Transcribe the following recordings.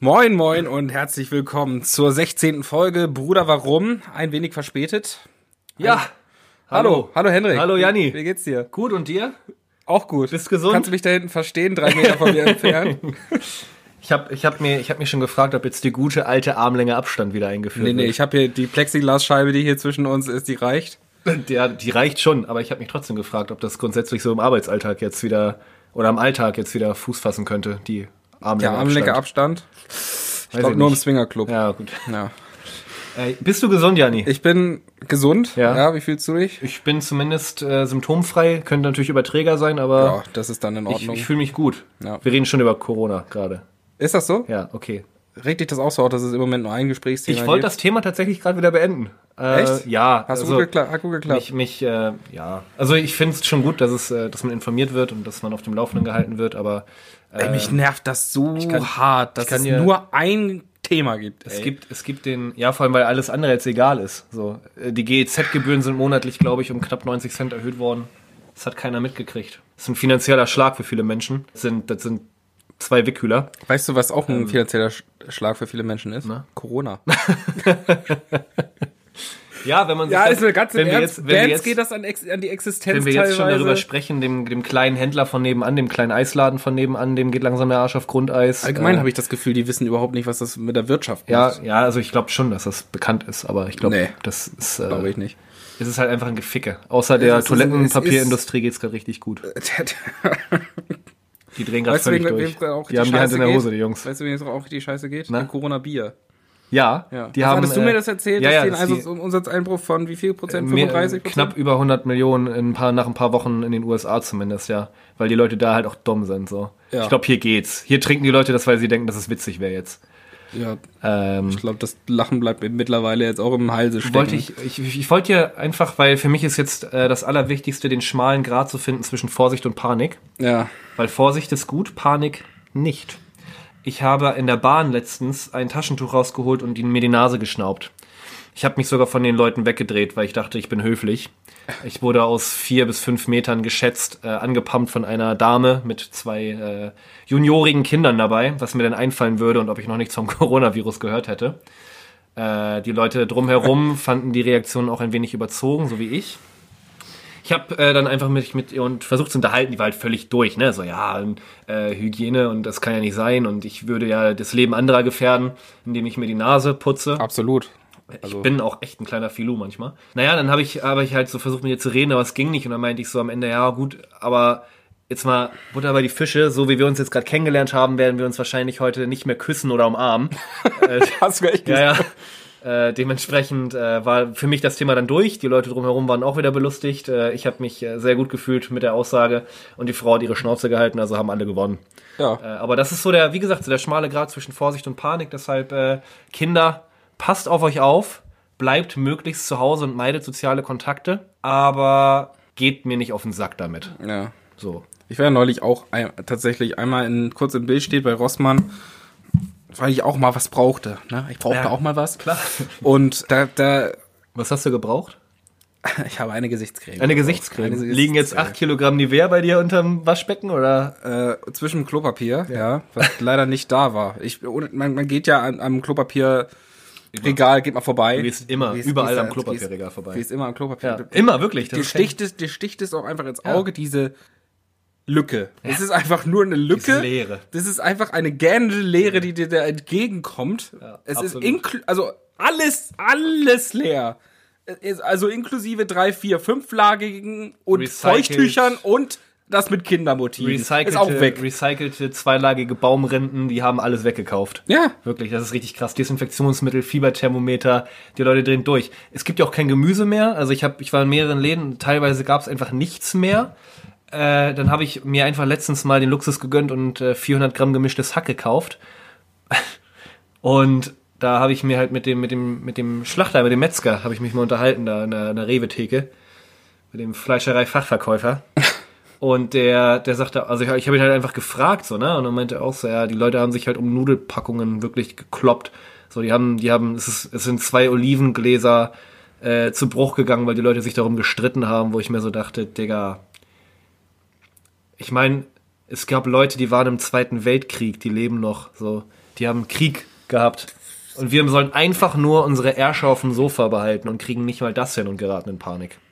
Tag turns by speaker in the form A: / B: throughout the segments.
A: Moin, moin und herzlich willkommen zur 16. Folge Bruder Warum. Ein wenig verspätet.
B: Ja.
A: Hallo, hallo Henrik.
B: Hallo, Janni.
A: Wie geht's dir?
B: Gut und dir?
A: Auch gut.
B: Bist gesund?
A: Kannst du mich da hinten verstehen, drei Meter von mir entfernt?
B: Ich habe ich hab mir, ich hab mich schon gefragt, ob jetzt die gute alte Armlänge Abstand wieder eingeführt
A: nee, nee,
B: wird.
A: ich habe hier die Plexiglasscheibe, die hier zwischen uns ist, die reicht.
B: Der, die reicht schon, aber ich habe mich trotzdem gefragt, ob das grundsätzlich so im Arbeitsalltag jetzt wieder oder am Alltag jetzt wieder Fuß fassen könnte, die Armlänge
A: Der Armlenker Abstand. Ich
B: Weiß
A: glaube
B: ich
A: nur im
B: nicht.
A: Swingerclub.
B: Ja, gut.
A: Ja.
B: Äh, bist du gesund, Janni?
A: Ich bin gesund.
B: Ja.
A: ja, wie fühlst du dich?
B: Ich bin zumindest äh, symptomfrei, könnte natürlich Überträger sein,
A: Ja,
B: aber
A: das ist dann in
B: ich,
A: Ordnung.
B: ich fühle mich gut.
A: Ja.
B: Wir reden schon über Corona gerade.
A: ist das so?
B: Ja, okay.
A: Regt dich das auch so auf, dass es im Moment nur ein Gesprächsthema
B: Ich wollte
A: gibt?
B: das Thema tatsächlich gerade wieder beenden. Äh,
A: Echt?
B: Ja.
A: Hast du
B: also-
A: gut, gekla hat gut geklappt?
B: Mich, mich, äh, ja. Also ich finde es schon gut, dass es, äh, dass man informiert wird und dass man auf dem Laufenden gehalten wird, aber äh,
A: Ey, mich nervt das so
B: kann-
A: hart, dass
B: ich kann
A: es
B: dir-
A: nur ein Thema gibt.
B: es
A: ey.
B: gibt, es gibt den, ja, vor allem weil alles andere jetzt egal ist. So, äh, die GEZ-Gebühren sind monatlich, glaube ich, um knapp 90 Cent erhöht worden. Das hat keiner mitgekriegt. Das ist ein finanzieller Schlag für viele Menschen. Das sind, das sind zwei Wickhühler.
A: weißt du, was auch ein finanzieller Sch- Schlag für viele Menschen ist?
B: Na?
A: Corona.
B: Ja, wenn man
A: Ja,
B: sich
A: ist mir ganz
B: wenn
A: im
B: wir
A: Ernst.
B: jetzt, wenn wir
A: Bands
B: jetzt,
A: geht das an, Ex an die Existenz
B: wenn wir jetzt schon
A: teilweise.
B: darüber sprechen, dem, dem kleinen Händler von nebenan, dem kleinen Eisladen von nebenan, dem geht langsam der Arsch auf Grundeis.
A: Allgemein
B: Äh,
A: habe ich das Gefühl, die wissen überhaupt nicht, was das mit der Wirtschaft
B: Ja,
A: macht.
B: ja, also ich glaube schon, dass das bekannt ist, aber ich glaube,
A: Nee.
B: das ist, äh,
A: Glaube ich nicht.
B: es ist halt einfach ein Geficke. Außer der
A: Es ist-
B: Toilettenpapierindustrie geht's gerade richtig gut. Die drehen gerade
A: weißt du,
B: völlig
A: wegen,
B: durch.
A: wegen auch
B: Die haben die Hand
A: Scheiße
B: in der
A: geht?
B: Hose, die Jungs.
A: Weißt du, wegen auch die Scheiße geht?
B: Na?
A: Dem Corona-Bier.
B: Ja,
A: Ja.
B: die
A: Was
B: haben.
A: hattest du
B: äh,
A: mir das erzählt,
B: ja, ja,
A: dass
B: dass
A: die also einen um Umsatzeinbruch von wie viel Prozent?
B: mehr-
A: 35 Prozent?
B: knapp über 100 Millionen in ein paar, nach ein paar Wochen in den USA zumindest, ja. Weil die Leute da halt auch dumm sind, so.
A: Ja.
B: Ich glaube, hier geht's. Hier trinken die Leute das, weil sie denken, dass es witzig wäre jetzt.
A: Ja,
B: Ähm,
A: ich glaube, das Lachen bleibt mir mittlerweile jetzt auch im Halse stecken.
B: wollte ich, ich, ich wollte ja einfach, weil für mich ist jetzt äh, das Allerwichtigste, den schmalen Grat zu finden zwischen Vorsicht und Panik.
A: Ja.
B: Weil Vorsicht ist gut, Panik nicht. Ich habe in der Bahn letztens ein Taschentuch rausgeholt und ihn mir die Nase geschnaubt. Ich habe mich sogar von den Leuten weggedreht, weil ich dachte, ich bin höflich. Ich wurde aus vier bis fünf Metern geschätzt, äh, angepumpt von einer Dame mit zwei äh, juniorigen Kindern dabei, was mir denn einfallen würde und ob ich noch nichts vom Coronavirus gehört hätte. Äh, die Leute drumherum fanden die Reaktion auch ein wenig überzogen, so wie ich. Ich habe äh, dann einfach mich mit ihr und versucht zu unterhalten. Die war halt völlig durch, ne? So ja, und, äh, Hygiene und das kann ja nicht sein und ich würde ja das Leben anderer gefährden, indem ich mir die Nase putze.
A: Absolut.
B: ich bin auch echt ein kleiner Filou manchmal. Naja, dann habe ich, aber ich halt so versucht mit ihr zu reden, aber es ging nicht und dann meinte ich so am Ende ja gut, aber jetzt mal Butter bei die Fische. So wie wir uns jetzt gerade kennengelernt haben, werden wir uns wahrscheinlich heute nicht mehr küssen oder umarmen.
A: Hast du echt
B: Ja, ja. Äh, dementsprechend äh, war für mich das Thema dann durch. Die Leute drumherum waren auch wieder belustigt. Äh, ich habe mich äh, sehr gut gefühlt mit der Aussage und die Frau hat ihre Schnauze gehalten, also haben alle gewonnen.
A: Ja.
B: Äh, aber das ist so der, wie gesagt, so der schmale Grad zwischen Vorsicht und Panik. Deshalb, äh, Kinder, passt auf euch auf, bleibt möglichst zu Hause und meidet soziale Kontakte, aber geht mir nicht auf den Sack damit.
A: Ja.
B: So.
A: Ich war ja neulich auch ein, tatsächlich einmal in, kurz im Bild steht bei Rossmann, weil ich auch mal was brauchte. Ne? Ich brauchte
B: Ja.
A: auch mal was.
B: Klar.
A: Und da, da,
B: Was hast du gebraucht?
A: ich habe eine Gesichtscreme.
B: Eine
A: gebraucht.
B: Gesichtscreme.
A: Eine
B: Liegen jetzt 8 Kilogramm Nivea bei dir unterm Waschbecken oder
A: Äh, zwischen dem Klopapier, ja. was leider nicht da war. Ich, ohne- man, man geht ja an, am Klopapierregal, geht mal vorbei. Du
B: gehst immer überall am Klopapierregal vorbei.
A: Du gehst immer am Klopapier.
B: Ja, immer, wirklich. Das
A: Dir
B: ist kein-
A: sticht, es, dir sticht es auch einfach ins Auge, diese Lücke. Es ist einfach nur eine Lücke.
B: Diese Leere.
A: Das ist einfach eine gähnende Leere, die dir da entgegenkommt. es
B: absolut.
A: ist inklu also alles, alles leer. Es ist also inklusive drei, vier, fünflagigen und
B: Recycelt.
A: Feuchttüchern und das mit Kindermotiven.
B: recycelte,
A: Ist auch weg.
B: recycelte zweilagige Baumrinden, die haben alles weggekauft.
A: ja.
B: Wirklich, das ist richtig krass. Desinfektionsmittel, Fieberthermometer, die Leute drehen durch. Es gibt ja auch kein Gemüse mehr. Also ich, hab, ich war in mehreren Läden, teilweise gab es einfach nichts mehr. Äh, dann habe ich mir einfach letztens mal den Luxus gegönnt und äh, 400 Gramm gemischtes Hack gekauft. Und da habe ich mir halt mit dem, mit dem, mit dem Schlachter, mit dem Metzger, habe ich mich mal unterhalten, da in der, in der Rewe-Theke, mit dem Fleischerei-Fachverkäufer. Und der, der sagte, also ich, ich habe ihn halt einfach gefragt, so, ne? Und dann meinte er auch so, ja, die Leute haben sich halt um Nudelpackungen wirklich gekloppt. So, die haben, die haben, es, ist, es sind zwei Olivengläser äh, zu Bruch gegangen, weil die Leute sich darum gestritten haben, wo ich mir so dachte, Digga, ich meine, es gab Leute, die waren im Zweiten Weltkrieg, die leben noch so. Die haben Krieg gehabt. Und wir sollen einfach nur unsere Ärsche auf dem Sofa behalten und kriegen nicht mal das hin und geraten in Panik.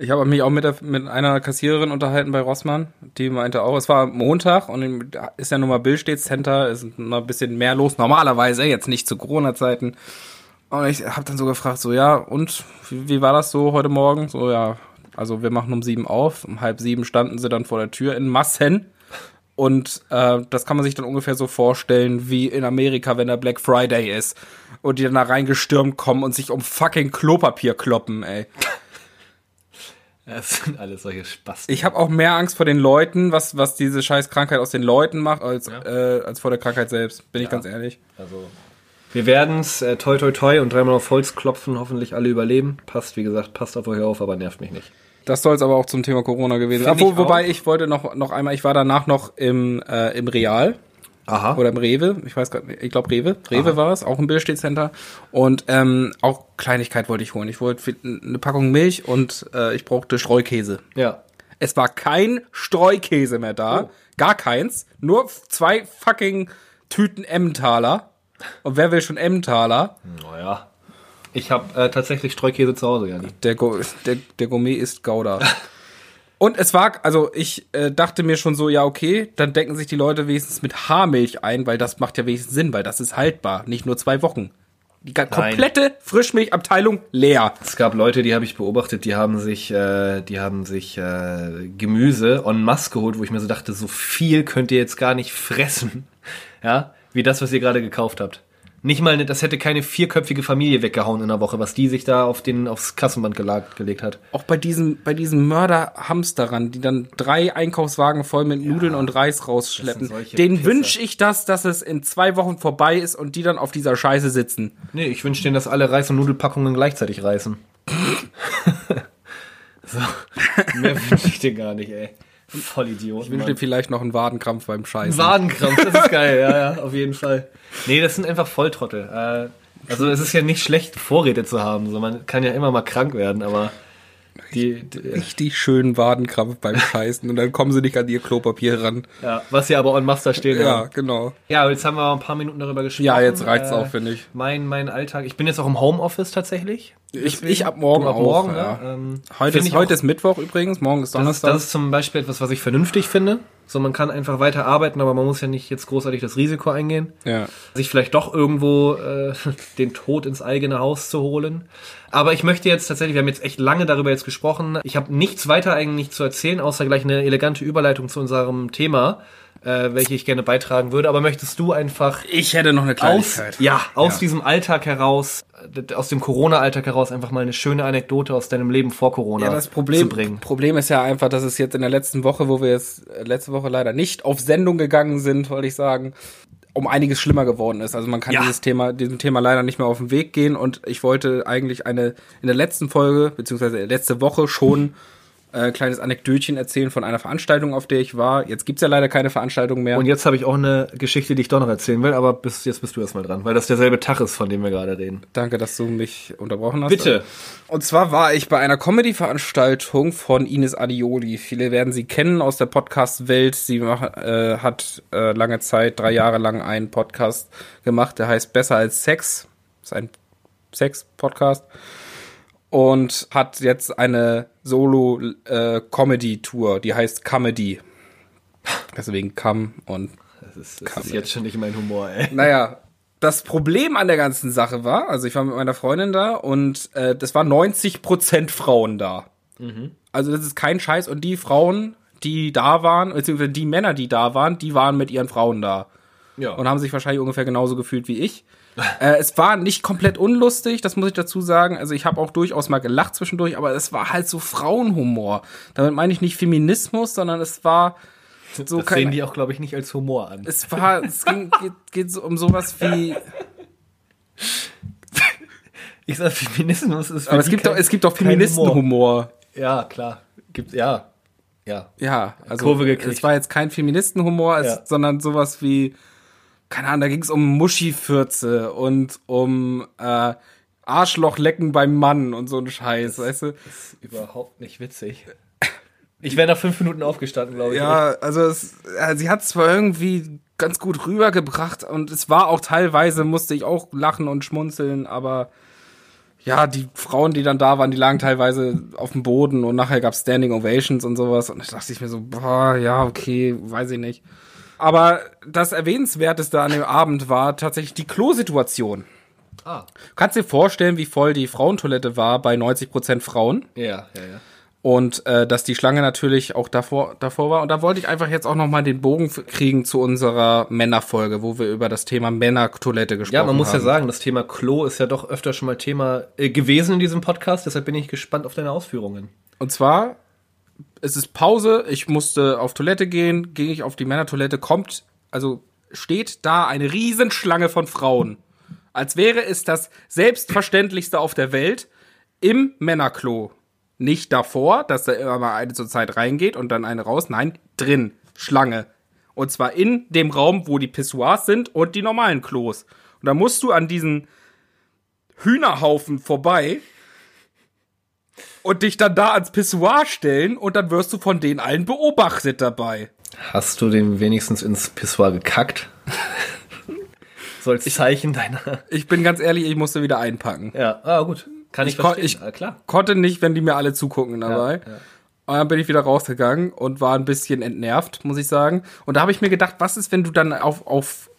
A: Ich habe mich auch mit, der, mit einer Kassiererin unterhalten bei Rossmann, die meinte auch, es war Montag und da ist ja nun mal Billstedt Center, ist noch ein bisschen mehr los normalerweise, jetzt nicht zu Corona-Zeiten. Und ich habe dann so gefragt, so ja, und wie, wie war das so heute Morgen? So ja, also wir machen um sieben auf, um halb sieben standen sie dann vor der Tür in Massen. Und äh, das kann man sich dann ungefähr so vorstellen wie in Amerika, wenn der Black Friday ist und die dann da reingestürmt kommen und sich um fucking Klopapier kloppen, ey.
B: Das sind alles solche Spaß.
A: Ich habe auch mehr Angst vor den Leuten, was, was diese scheiß Krankheit aus den Leuten macht, als, ja. äh, als vor der Krankheit selbst, bin ich
B: Ja.
A: ganz ehrlich.
B: Also. Wir werden's äh, toi toi toi und dreimal auf Holz klopfen, hoffentlich alle überleben. Passt, wie gesagt, passt auf euch auf, aber nervt mich nicht.
A: Das soll es aber auch zum Thema Corona gewesen sein.
B: Find ich
A: Obwohl, wobei
B: auch.
A: ich wollte noch, noch einmal, ich war danach noch im, äh, im Real
B: Aha.
A: oder im Rewe, ich weiß gar nicht, ich glaube Rewe, Rewe war es, auch im Billstedt Center. Und ähm, auch Kleinigkeit wollte ich holen. Ich wollte fi- eine Packung Milch und äh, ich brauchte Streukäse.
B: ja.
A: Es war kein Streukäse mehr da. Gar keins. Nur f- zwei fucking Tüten Emmentaler. Und wer will schon Emmentaler?
B: Naja. Ich habe äh, tatsächlich Streukäse zu Hause, Janni.
A: Der, Go der, der Gourmet ist Gouda. Und es war, also ich äh, dachte mir schon so, ja, okay, dann decken sich die Leute wenigstens mit Haarmilch ein, weil das macht ja wenigstens Sinn, weil das ist haltbar, nicht nur zwei Wochen. Die ga-
B: Nein.
A: komplette Frischmilchabteilung leer.
B: Es gab Leute, die habe ich beobachtet, die haben sich, äh, die haben sich äh, Gemüse en masse geholt, wo ich mir so dachte, so viel könnt ihr jetzt gar nicht fressen, ja, wie das, was ihr gerade gekauft habt. Nicht mal, ne- das hätte keine vierköpfige Familie weggehauen in der Woche, was die sich da auf den aufs Kassenband gelag, gelegt hat.
A: Auch bei diesem, bei diesen Mörderhamsterern, die dann drei Einkaufswagen voll mit Nudeln und Reis rausschleppen.
B: das sind solche
A: Den
B: Pisser.
A: wünsche ich das, dass es in zwei Wochen vorbei ist und die dann auf dieser Scheiße sitzen.
B: Nee, ich wünsche denen, dass alle Reis- und Nudelpackungen gleichzeitig reißen. so, mehr wünsche ich dir gar nicht, ey. Voll Idiot.
A: Ich wünsche dir vielleicht noch einen Wadenkrampf beim Scheißen.
B: Wadenkrampf, das ist geil, ja, ja, auf jeden Fall. Nee, das sind einfach Volltrottel. Äh, also es ist ja nicht schlecht, Vorräte zu haben. So, man kann ja immer mal krank werden, aber die, die
A: richtig schönen Wadenkrampf beim Scheißen und dann kommen sie nicht an ihr Klopapier ran.
B: ja, was ja aber on Master steht.
A: Ja,
B: Ja.
A: genau.
B: ja, aber jetzt haben wir mal ein paar Minuten darüber gesprochen. Äh,
A: Ja, jetzt reicht's auch, finde ich.
B: Mein, mein Alltag. Ich bin jetzt auch im Homeoffice tatsächlich.
A: Ich, ich ab morgen
B: Du
A: auch.
B: morgen,
A: ja.
B: ne? Ähm,
A: heute
B: find
A: ist,
B: ich
A: heute
B: auch-
A: ist Mittwoch übrigens, morgen ist
B: Das ist,
A: Donnerstag.
B: das ist zum Beispiel etwas, was ich vernünftig finde. So, man kann einfach weiter arbeiten, aber man muss ja nicht jetzt großartig das Risiko eingehen.
A: ja.
B: sich vielleicht doch irgendwo äh, den Tod ins eigene Haus zu holen. Aber ich möchte jetzt tatsächlich, wir haben jetzt echt lange darüber jetzt gesprochen. Ich habe nichts weiter eigentlich zu erzählen, außer gleich eine elegante Überleitung zu unserem Thema, äh, welche ich gerne beitragen würde. Aber möchtest du einfach
A: Ich hätte noch eine
B: aus,
A: Kleinigkeit.
B: ja, aus
A: Ja.
B: diesem Alltag heraus, äh, aus dem Corona-Alltag heraus einfach mal eine schöne Anekdote aus deinem Leben vor Corona
A: Ja, das
B: zu
A: Problem,
B: bringen?
A: Problem ist ja einfach, dass es jetzt in der letzten Woche, wo wir jetzt äh, letzte Woche leider nicht auf Sendung gegangen sind, wollte ich sagen, um einiges schlimmer geworden ist. Also man kann
B: Ja.
A: dieses Thema, diesem Thema leider nicht mehr auf den Weg gehen und ich wollte eigentlich eine in der letzten Folge, beziehungsweise letzte Woche schon äh, kleines Anekdötchen erzählen von einer Veranstaltung, auf der ich war. Jetzt gibt's ja leider keine Veranstaltung mehr.
B: Und jetzt habe ich auch eine Geschichte, die ich doch noch erzählen will, aber bis, jetzt bist du erstmal dran, weil das derselbe Tag ist, von dem wir gerade reden.
A: Danke, dass du mich unterbrochen hast.
B: Bitte.
A: Und zwar war ich bei einer Comedy-Veranstaltung von Ines Adioli. Viele werden sie kennen aus der Podcast-Welt. Sie mach, äh, hat äh, lange Zeit, drei Jahre lang einen Podcast gemacht, der heißt Besser als Sex. Ist ein Sex-Podcast. Und hat jetzt eine Solo-Comedy-Tour, die heißt Comedy. Deswegen Come und
B: Das ist, das ist jetzt schon nicht mein Humor, ey.
A: naja, das Problem an der ganzen Sache war, also ich war mit meiner Freundin da und äh, das waren 90% Frauen da.
B: Mhm.
A: Also das ist kein Scheiß. Und die Frauen, die da waren, beziehungsweise die Männer, die da waren, die waren mit ihren Frauen da.
B: Ja.
A: Und haben sich wahrscheinlich ungefähr genauso gefühlt wie ich. äh, es war nicht komplett unlustig, das muss ich dazu sagen. Also ich habe auch durchaus mal gelacht zwischendurch, aber es war halt so Frauenhumor. Damit meine ich nicht Feminismus, sondern es war so
B: Das
A: keine-
B: sehen die auch, glaube ich, nicht als Humor an.
A: es war, es ging, geht, geht so um sowas wie.
B: Ich sag, Feminismus ist. für
A: Aber es
B: die
A: gibt
B: kein-
A: doch, es gibt doch
B: kein
A: Feministenhumor.
B: Ja, klar. Gibt, ja. Ja.
A: Ja, also
B: Kurve gekriegt.
A: es war jetzt kein Feministenhumor, es,
B: Ja.
A: sondern sowas wie, keine Ahnung, da ging es um Muschifürze und um äh, Arschlochlecken beim Mann und so ein Scheiß, weißt du?
B: Ist überhaupt nicht witzig. Ich wäre nach fünf Minuten aufgestanden, glaube ich.
A: Ja, also es, äh, sie hat es zwar irgendwie ganz gut rübergebracht und es war auch teilweise, musste ich auch lachen und schmunzeln, aber ja, die Frauen, die dann da waren, die lagen teilweise auf dem Boden und nachher gab Standing Ovations und sowas und da dachte ich mir so, boah, ja, okay, weiß ich nicht. Aber das Erwähnenswerteste an dem Abend war tatsächlich die Klosituation.
B: Ah,
A: Kannst dir vorstellen, wie voll die Frauentoilette war bei 90% Frauen?
B: ja, ja, ja.
A: und äh, dass die Schlange natürlich auch davor davor war und da wollte ich einfach jetzt auch noch mal den Bogen f- kriegen zu unserer Männerfolge, wo wir über das Thema Männertoilette gesprochen
B: Ja,
A: haben.
B: man muss ja sagen, das Thema Klo ist ja doch öfter schon mal Thema äh, gewesen in diesem Podcast, deshalb bin ich gespannt auf deine Ausführungen.
A: Und zwar es ist Pause, ich musste auf Toilette gehen, ging ich auf die Männertoilette, kommt also steht da eine Riesenschlange von Frauen, als wäre es das selbstverständlichste auf der Welt im Männerklo. Nicht davor, dass da immer mal eine zur Zeit reingeht und dann eine raus. Nein, drin. Schlange. Und zwar in dem Raum, wo die Pissoirs sind und die normalen Klos. Und da musst du an diesen Hühnerhaufen vorbei und dich dann da ans Pissoir stellen und dann wirst du von denen allen beobachtet dabei.
B: Hast du den wenigstens ins Pissoir gekackt? so als Zeichen deiner.
A: Ich bin ganz ehrlich, ich musste wieder einpacken.
B: Ja, ah, gut. Kann ich,
A: Ich kon-
B: verstehen.
A: ich-
B: ah, klar.
A: Konnte nicht, wenn die mir alle zugucken dabei.
B: ja.
A: Und dann bin ich wieder rausgegangen und war ein bisschen entnervt, muss ich sagen. Und da habe ich mir gedacht, was ist, wenn du dann auf, auf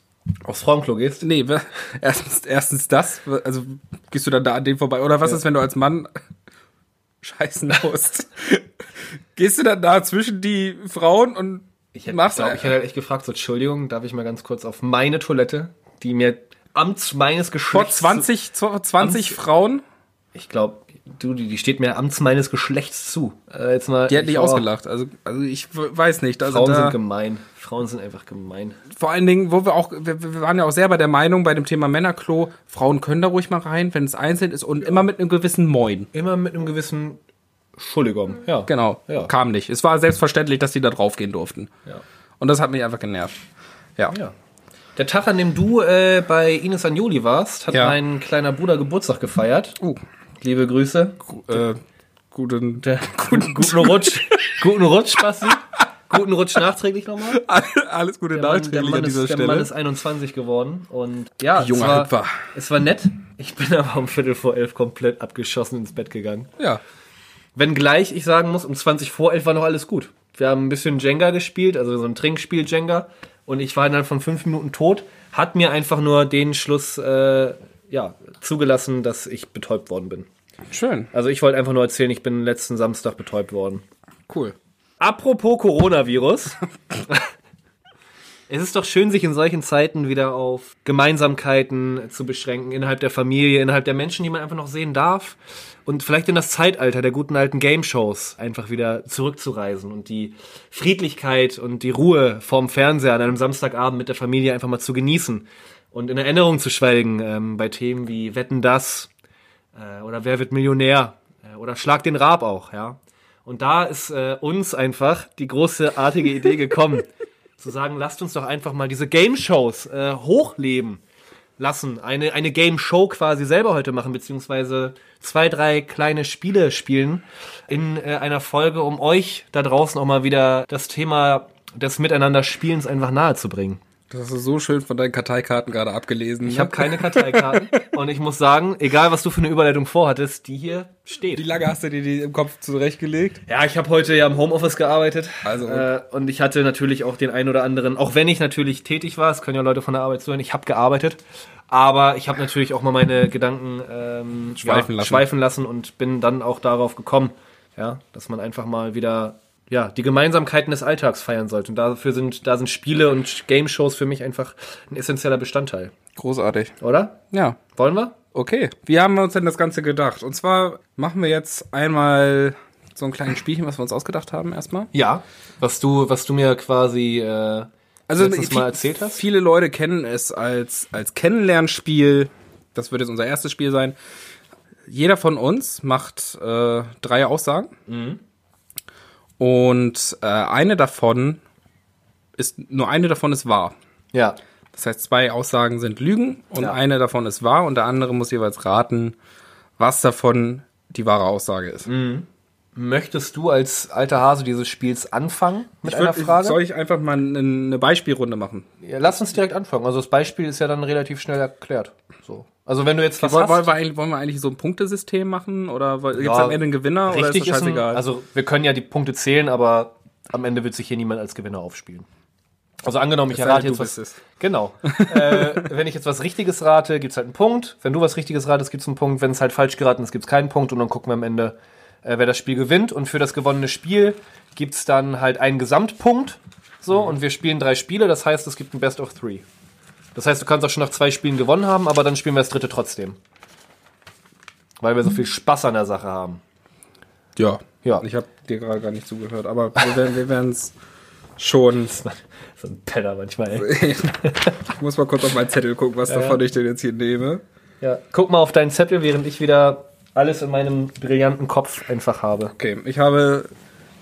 B: Aufs Frauenklo gehst?
A: nee, we- erstens, erstens das, also gehst du dann da an dem vorbei. Oder was ist, wenn du als Mann scheißen musst? gehst du dann da zwischen die Frauen und
B: Ich hätte,
A: machst äh,
B: glaub, ich hätte halt echt gefragt, so, Entschuldigung, darf ich mal ganz kurz auf meine Toilette, die mir amts meines
A: vor
B: Geschlechts...
A: 20, vor 20 Frauen?
B: Ich glaube, du, die, die steht mir amts meines Geschlechts zu. Äh, jetzt mal,
A: Die hat nicht
B: Boah,
A: ausgelacht. Also, also ich w- weiß nicht. Also
B: Frauen
A: da,
B: sind gemein. Frauen sind einfach gemein.
A: vor allen Dingen, wo wir auch, wir, wir waren ja auch selber der Meinung bei dem Thema Männerklo, Frauen können da ruhig mal rein, wenn es einzeln ist und immer mit einem gewissen Moin.
B: Immer mit einem gewissen Entschuldigung. Ja.
A: Genau.
B: Ja.
A: Kam nicht. Es war selbstverständlich, dass die da draufgehen durften.
B: Ja.
A: Und das hat mich einfach genervt. Ja.
B: ja. Der Tag, an dem du äh, bei Ines Anjoli warst, hat
A: Ja.
B: mein kleiner Bruder Geburtstag gefeiert.
A: Uh,
B: Liebe Grüße.
A: gu- äh, guten,
B: Guten, guten Rutsch. guten Rutsch, Basti. Guten Rutsch nachträglich nochmal.
A: alles Gute
B: der
A: nachträglich
B: Mann,
A: an
B: ist,
A: dieser
B: der Mann
A: Stelle.
B: ist 21 geworden und ja,
A: Junger
B: es, war,
A: Hüpfer.
B: es war nett. Ich bin aber um Viertel vor elf komplett abgeschossen ins Bett gegangen.
A: Ja.
B: Wenngleich ich sagen muss, um 20 vor 11 war noch alles gut. Wir haben ein bisschen Jenga gespielt, also so ein Trinkspiel Jenga. Und ich war innerhalb von fünf Minuten tot, hat mir einfach nur den Schluss äh, ja, zugelassen, dass ich betäubt worden bin.
A: Schön.
B: Also ich wollte einfach nur erzählen, ich bin letzten Samstag betäubt worden.
A: Cool.
B: Apropos Coronavirus. es ist doch schön, sich in solchen Zeiten wieder auf Gemeinsamkeiten zu beschränken, innerhalb der Familie, innerhalb der Menschen, die man einfach noch sehen darf. Und vielleicht in das Zeitalter der guten alten Game-Shows einfach wieder zurückzureisen und die Friedlichkeit und die Ruhe vorm Fernseher an einem Samstagabend mit der Familie einfach mal zu genießen und in Erinnerung zu schwelgen ähm, bei Themen wie Wetten das, äh, oder Wer wird Millionär äh, oder Schlag den Rab auch, ja. Und da ist äh, uns einfach die großartige Idee gekommen, zu sagen, lasst uns doch einfach mal diese Game-Shows äh, hochleben lassen, eine, eine Game-Show quasi selber heute machen, beziehungsweise zwei, drei kleine Spiele spielen in äh, einer Folge, um euch da draußen auch mal wieder das Thema des Miteinanderspielens einfach nahe zu bringen.
A: Das ist so schön von deinen Karteikarten gerade abgelesen. ne?
B: Ich habe keine Karteikarten und ich muss sagen, egal was du für eine Überleitung vorhattest, die hier steht.
A: Wie lange hast du dir die im Kopf zurechtgelegt?
B: Ja, ich habe heute ja im Homeoffice gearbeitet.
A: Also-
B: äh, und ich hatte natürlich auch den einen oder anderen, auch wenn ich natürlich tätig war, es können ja Leute von der Arbeit zuhören, ich habe gearbeitet, aber ich habe natürlich auch mal meine Gedanken ähm,
A: Schweifen
B: ja,
A: lassen.
B: schweifen lassen und bin dann auch darauf gekommen, ja, dass man einfach mal wieder ja, die Gemeinsamkeiten des Alltags feiern sollte. Und dafür sind, da sind Spiele und Game-Shows für mich einfach ein essentieller Bestandteil,
A: Großartig.
B: oder?
A: Ja.
B: Wollen wir?
A: Okay, wie haben wir uns denn das Ganze gedacht? Und zwar machen wir jetzt einmal so ein kleines Spielchen, was wir uns ausgedacht haben erstmal.
B: Ja. Was du, was du mir quasi äh, also, letztens
A: vi-
B: mal erzählt hast?
A: Viele Leute kennen es als, als Kennenlernspiel. Das wird jetzt unser erstes Spiel sein. Jeder von uns macht äh, drei Aussagen.
B: Mhm.
A: Und äh, eine davon ist, nur eine davon ist wahr.
B: Ja.
A: Das heißt, zwei Aussagen sind Lügen und
B: Ja.
A: eine davon ist wahr
B: Mhm.
A: und der andere muss jeweils raten, was davon die wahre Aussage ist.
B: Möchtest du als alter Hase dieses Spiels anfangen mit
A: Ich
B: einer
A: würd,
B: Frage?
A: Soll ich einfach mal eine Beispielrunde machen?
B: ja, lass uns direkt anfangen. Also das Beispiel ist ja dann relativ schnell erklärt. So. Also wenn du jetzt was
A: Woll-
B: hast,
A: wollen, wir eigentlich, wollen wir eigentlich so ein Punktesystem machen? Oder gibt es
B: Ja,
A: am Ende einen Gewinner? Oder ist das
B: ein-
A: scheißegal?
B: also wir können ja die Punkte zählen, aber am Ende wird sich hier niemand als Gewinner aufspielen. Also angenommen, ich
A: sei denn,
B: errate
A: du
B: jetzt was.
A: bist es.
B: Genau. äh, wenn ich jetzt was Richtiges rate, gibt's halt einen Punkt. Wenn du was Richtiges ratest, gibt's einen Punkt. Wenn es halt falsch geraten ist, gibt's keinen Punkt. Und dann gucken wir am Ende, äh, wer das Spiel gewinnt. Und für das gewonnene Spiel gibt's dann halt einen Gesamtpunkt.
A: Mhm.
B: So, und wir spielen drei Spiele. Das heißt, es gibt ein Best of Three. Das heißt, du kannst auch schon nach zwei Spielen gewonnen haben, aber dann spielen wir das dritte trotzdem. Weil wir so viel Spaß an der Sache haben.
A: ja.
B: Ja.
A: Ich habe dir gerade gar nicht zugehört, aber wir werden wir werden's schon.
B: So ein Penner manchmal, ey.
A: Ich muss mal kurz auf meinen Zettel gucken, was davon ich denn jetzt hier nehme.
B: Ja, guck mal auf deinen Zettel, während ich wieder alles in meinem brillanten Kopf einfach habe.
A: Okay, ich habe.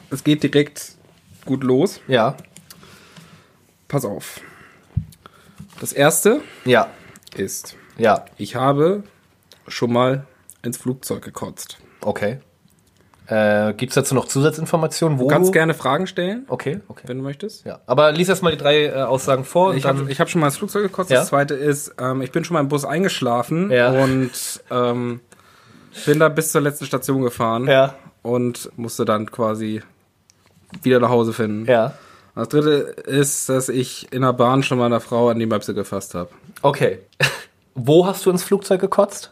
A: Es geht direkt gut los.
B: Ja.
A: Pass auf. Das erste
B: Ja.
A: ist,
B: Ja.
A: ich habe schon mal ins Flugzeug gekotzt.
B: Okay. Äh, gibt's dazu noch Zusatzinformationen? Wo
A: Du kannst
B: du-
A: gerne Fragen stellen,
B: Okay, okay.
A: wenn du möchtest.
B: Oh. Ja. Aber lies erst mal die drei äh, Aussagen vor und
A: Ich
B: dann.
A: habe ich hab schon mal ins Flugzeug gekotzt.
B: Ja.
A: Das zweite ist, ähm, ich bin schon mal im Bus eingeschlafen
B: Ja.
A: und ähm, bin da bis zur letzten Station gefahren
B: ja.
A: und musste dann quasi wieder nach Hause finden.
B: Ja.
A: Das dritte ist, dass ich in der Bahn schon mal einer Frau an die Möpse gefasst habe.
B: Okay. Wo hast du ins Flugzeug gekotzt?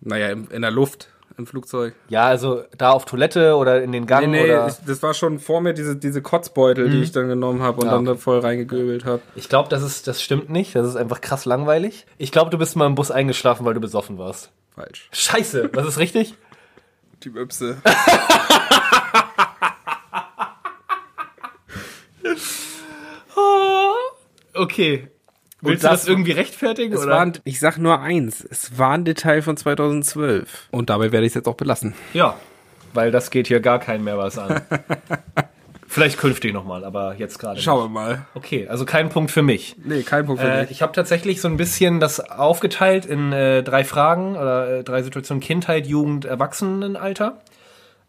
A: Naja, in, in der Luft, im Flugzeug.
B: Ja, also da auf Toilette oder in den Gang
A: Äh, Nee, nee,
B: oder.
A: ich, das war schon vor mir diese, diese Kotzbeutel, die ich dann genommen habe und
B: Ja.
A: dann da voll reingegöbelt habe.
B: Ich glaube, das ist, das stimmt nicht. Das ist einfach krass langweilig. Ich glaube, du bist mal im Bus eingeschlafen, weil du besoffen warst.
A: Falsch.
B: Scheiße, was ist richtig?
A: Die Möpse.
B: Okay. Willst
A: das-
B: irgendwie rechtfertigen?
A: Es war, ein- ich sag nur eins, es war ein Detail von 2012. Und dabei werde ich es jetzt auch belassen.
B: ja, weil das geht hier gar keinen mehr was an. Vielleicht künftig nochmal, aber jetzt gerade. nicht.
A: Schauen wir mal.
B: Okay, also kein Punkt für mich.
A: Nee, kein Punkt für
B: Äh,
A: dich.
B: ich habe tatsächlich so ein bisschen das aufgeteilt in äh, drei Fragen oder äh, drei Situationen: Kindheit, Jugend, Erwachsenenalter.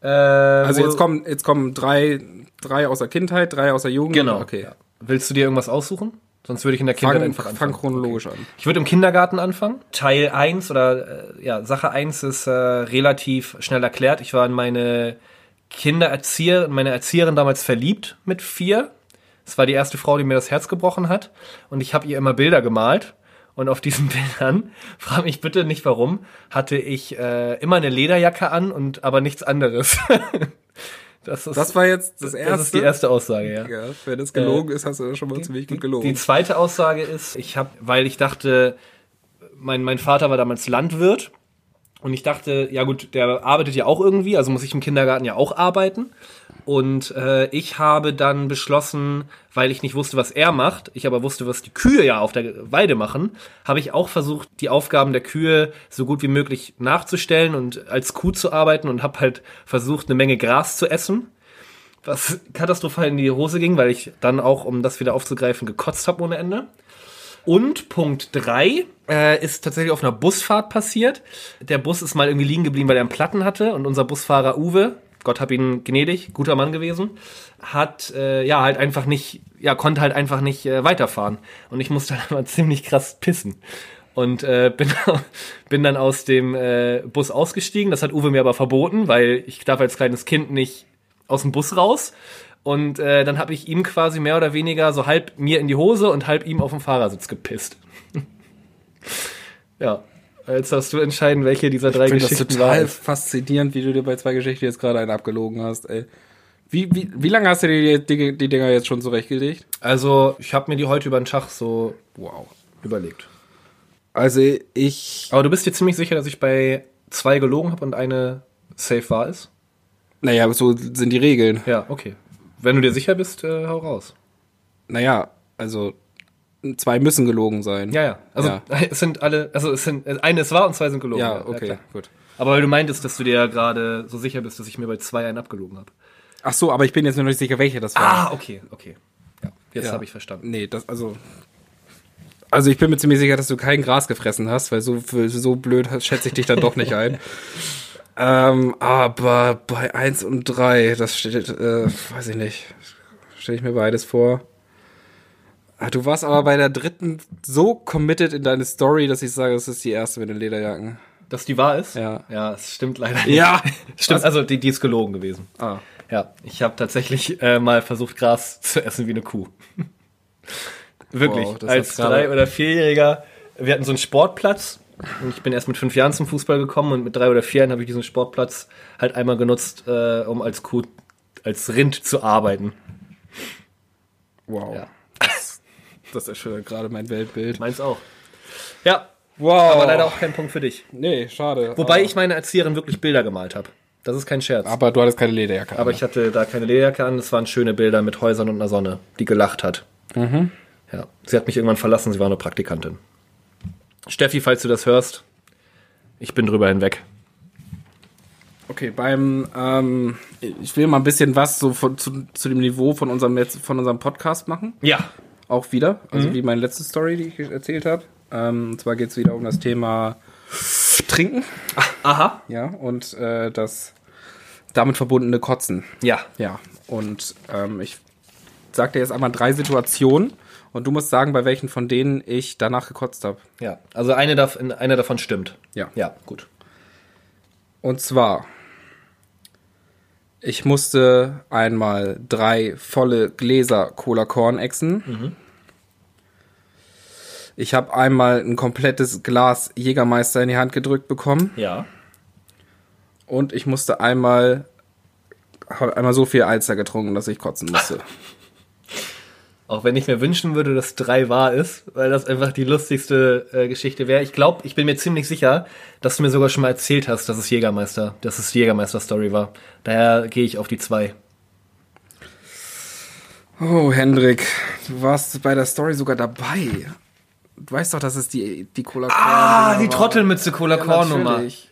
B: Äh,
A: Also
B: wo-
A: jetzt kommen, jetzt kommen drei, drei aus der Kindheit, drei aus der Jugend.
B: Genau.
A: Okay.
B: Willst du dir irgendwas aussuchen? Sonst würde ich in der Kindheit
A: Fang,
B: einfach anfangen.
A: fang chronologisch an.
B: Ich würde im Kindergarten anfangen. Teil 1 oder äh, ja, Sache 1 ist äh, relativ schnell erklärt. Ich war in meine Kindererzieher, in meine Erzieherin damals verliebt mit vier. Es war die erste Frau, die mir das Herz gebrochen hat. Und ich habe ihr immer Bilder gemalt. Und auf diesen Bildern, frag mich bitte nicht warum, hatte ich äh, immer eine Lederjacke an und aber nichts anderes. das ist,
A: Das war jetzt das erste. Äh,
B: das ist die erste Aussage, ja.
A: Ja, wenn es gelogen ist, hast du das schon mal ziemlich gut gelogen.
B: Die zweite Aussage ist, ich habe, weil ich dachte, mein, mein Vater war damals Landwirt und ich dachte, ja gut, der arbeitet ja auch irgendwie, also muss ich im Kindergarten ja auch arbeiten. Und äh, ich habe dann beschlossen, weil ich nicht wusste, was er macht, ich aber wusste, was die Kühe ja auf der Weide machen, habe ich auch versucht, die Aufgaben der Kühe so gut wie möglich nachzustellen und als Kuh zu arbeiten und habe halt versucht, eine Menge Gras zu essen was katastrophal in die Hose ging, weil ich dann auch, um das wieder aufzugreifen, gekotzt habe ohne Ende. Und Punkt 3 äh, ist tatsächlich auf einer Busfahrt passiert. Der Bus ist mal irgendwie liegen geblieben, weil er einen Platten hatte und unser Busfahrer Uwe, Gott hab ihn gnädig, guter Mann gewesen, hat äh, ja halt einfach nicht, ja konnte halt einfach nicht äh, weiterfahren und ich musste dann mal ziemlich krass pissen und äh, bin, bin dann aus dem äh, Bus ausgestiegen. Das hat Uwe mir aber verboten, weil ich darf als kleines Kind nicht aus dem Bus raus. Und äh, dann habe ich ihm quasi mehr oder weniger so halb mir in die Hose und halb ihm auf den Fahrersitz gepisst. ja, jetzt darfst du entscheiden, welche dieser drei
A: ich finde das
B: Geschichten
A: total
B: waren.
A: faszinierend, wie du dir bei zwei Geschichten jetzt gerade einen abgelogen hast, ey. Wie, wie, wie lange hast du dir die, die, die Dinger jetzt schon zurechtgelegt?
B: Also, ich habe mir die heute über den Schach so
A: Wow.
B: überlegt.
A: Also ich.
B: Aber du bist dir ziemlich sicher, dass ich bei zwei gelogen habe und eine safe war ist?
A: Naja, aber so sind die Regeln.
B: Ja, okay. Wenn du dir sicher bist, äh, hau raus.
A: Naja, also zwei müssen gelogen sein.
B: Ja, ja. Also
A: Ja.
B: es sind alle, also es sind eine ist wahr und zwei sind gelogen.
A: Ja, okay,
B: klar.
A: gut.
B: Aber weil du meintest, dass du dir ja gerade so sicher bist, dass ich mir bei zwei einen abgelogen habe.
A: Ach so, aber ich bin jetzt mir noch nicht sicher, welche das war.
B: Ah, okay, okay. Ja, jetzt
A: Ja.
B: habe ich verstanden.
A: Nee, das, also. Also ich bin mir ziemlich sicher, dass du kein Gras gefressen hast, weil so, so blöd schätze ich dich dann doch nicht ein. Ähm, aber bei 1 und 3, das steht, äh, weiß ich nicht. Stelle ich mir beides vor. Ah, Du warst aber bei der dritten so committed in deine Story, dass ich sage, es ist die erste mit den Lederjacken.
B: Dass die wahr ist?
A: Ja.
B: Ja, es stimmt leider nicht.
A: Ja.
B: Stimmt, also die, die ist gelogen gewesen.
A: Ah.
B: Ja, ich habe tatsächlich äh, mal versucht, Gras zu essen wie eine Kuh. Wirklich.
A: Wow, das
B: Als
A: hat's gerade-
B: drei- oder vierjähriger, wir hatten so einen Sportplatz. Und ich bin erst mit fünf Jahren zum Fußball gekommen und mit drei oder vier Jahren habe ich diesen Sportplatz halt einmal genutzt, äh, um als Kuh, als Rind zu arbeiten.
A: Wow.
B: Ja.
A: Das, das erschüttert gerade mein Weltbild.
B: Meins auch. Ja,
A: Wow.
B: aber leider auch kein Punkt für dich.
A: Nee, schade.
B: Wobei
A: aber,
B: ich meine Erzieherin wirklich Bilder gemalt habe. Das ist kein Scherz.
A: Aber du hattest keine Lederjacke.
B: Aber
A: an.
B: ich hatte da keine Lederjacke an. Es waren schöne Bilder mit Häusern und einer Sonne, die gelacht hat. Mhm. Ja. Sie hat mich irgendwann verlassen. Sie war eine Praktikantin. Steffi, falls du das hörst, ich bin drüber hinweg.
A: Okay, beim, ähm, ich will mal ein bisschen was so von, zu, zu dem Niveau von unserem, Letz- von unserem Podcast machen.
B: Ja.
A: Auch wieder. Also wie meine letzte Story, die ich erzählt habe. Ähm, und zwar geht es wieder um das Thema Trinken.
B: Aha.
A: Ja, und äh, das damit verbundene Kotzen.
B: Ja.
A: Ja, und ähm, ich sag dir jetzt einmal drei Situationen und du musst sagen, bei welchen von denen ich danach gekotzt habe.
B: Ja. Also eine, dav eine davon stimmt.
A: Ja.
B: Ja, gut.
A: Und zwar, ich musste einmal drei volle Gläser Cola Korn exen.
B: Mhm.
A: Ich habe einmal ein komplettes Glas Jägermeister in die Hand gedrückt bekommen.
B: Ja.
A: Und ich musste einmal, habe einmal so viel Alster getrunken, dass ich kotzen musste.
B: Auch wenn ich mir wünschen würde, dass drei wahr ist, weil das einfach die lustigste äh, Geschichte wäre. Ich glaube, ich bin mir ziemlich sicher, dass du mir sogar schon mal erzählt hast, dass es Jägermeister, dass es die Jägermeister-Story war. Daher gehe ich auf die zwei.
A: Oh, Hendrik, du warst bei der Story sogar dabei. Du weißt doch, dass es die, die Cola Korn
B: Ah, die
A: genau, war.
B: Trottelmütze Cola
A: Ja,
B: Korn Nummer.
A: natürlich.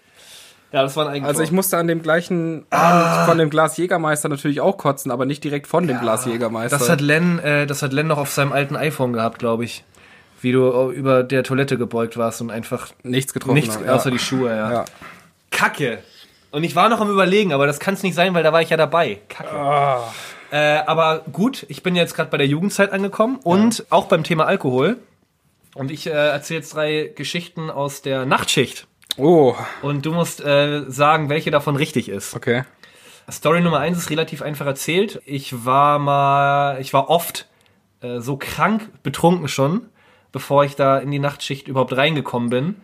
B: Ja, das war ein
A: Also ich musste an dem gleichen
B: Ah.
A: Abend von dem Glas Jägermeister natürlich auch kotzen, aber nicht direkt von dem Glas Jägermeister.
B: das hat Len, äh, das hat Len noch auf seinem alten iPhone gehabt, glaube ich. Wie du äh, über der Toilette gebeugt warst und einfach
A: nichts getroffen.
B: nichts
A: hat,
B: außer die Schuhe, ja.
A: ja.
B: Kacke. Und ich war noch am überlegen, aber das kann es nicht sein, weil da war ich ja dabei. Kacke. Äh, aber gut, ich bin jetzt gerade bei der Jugendzeit angekommen und auch beim Thema Alkohol. Und ich äh, erzähle jetzt drei Geschichten aus der Nachtschicht.
A: Oh,
B: Und du musst äh, sagen, welche davon richtig ist.
A: okay.
B: Story Nummer eins ist relativ einfach erzählt. Ich war mal, ich war oft äh, so krank betrunken schon, bevor ich da in die Nachtschicht überhaupt reingekommen bin,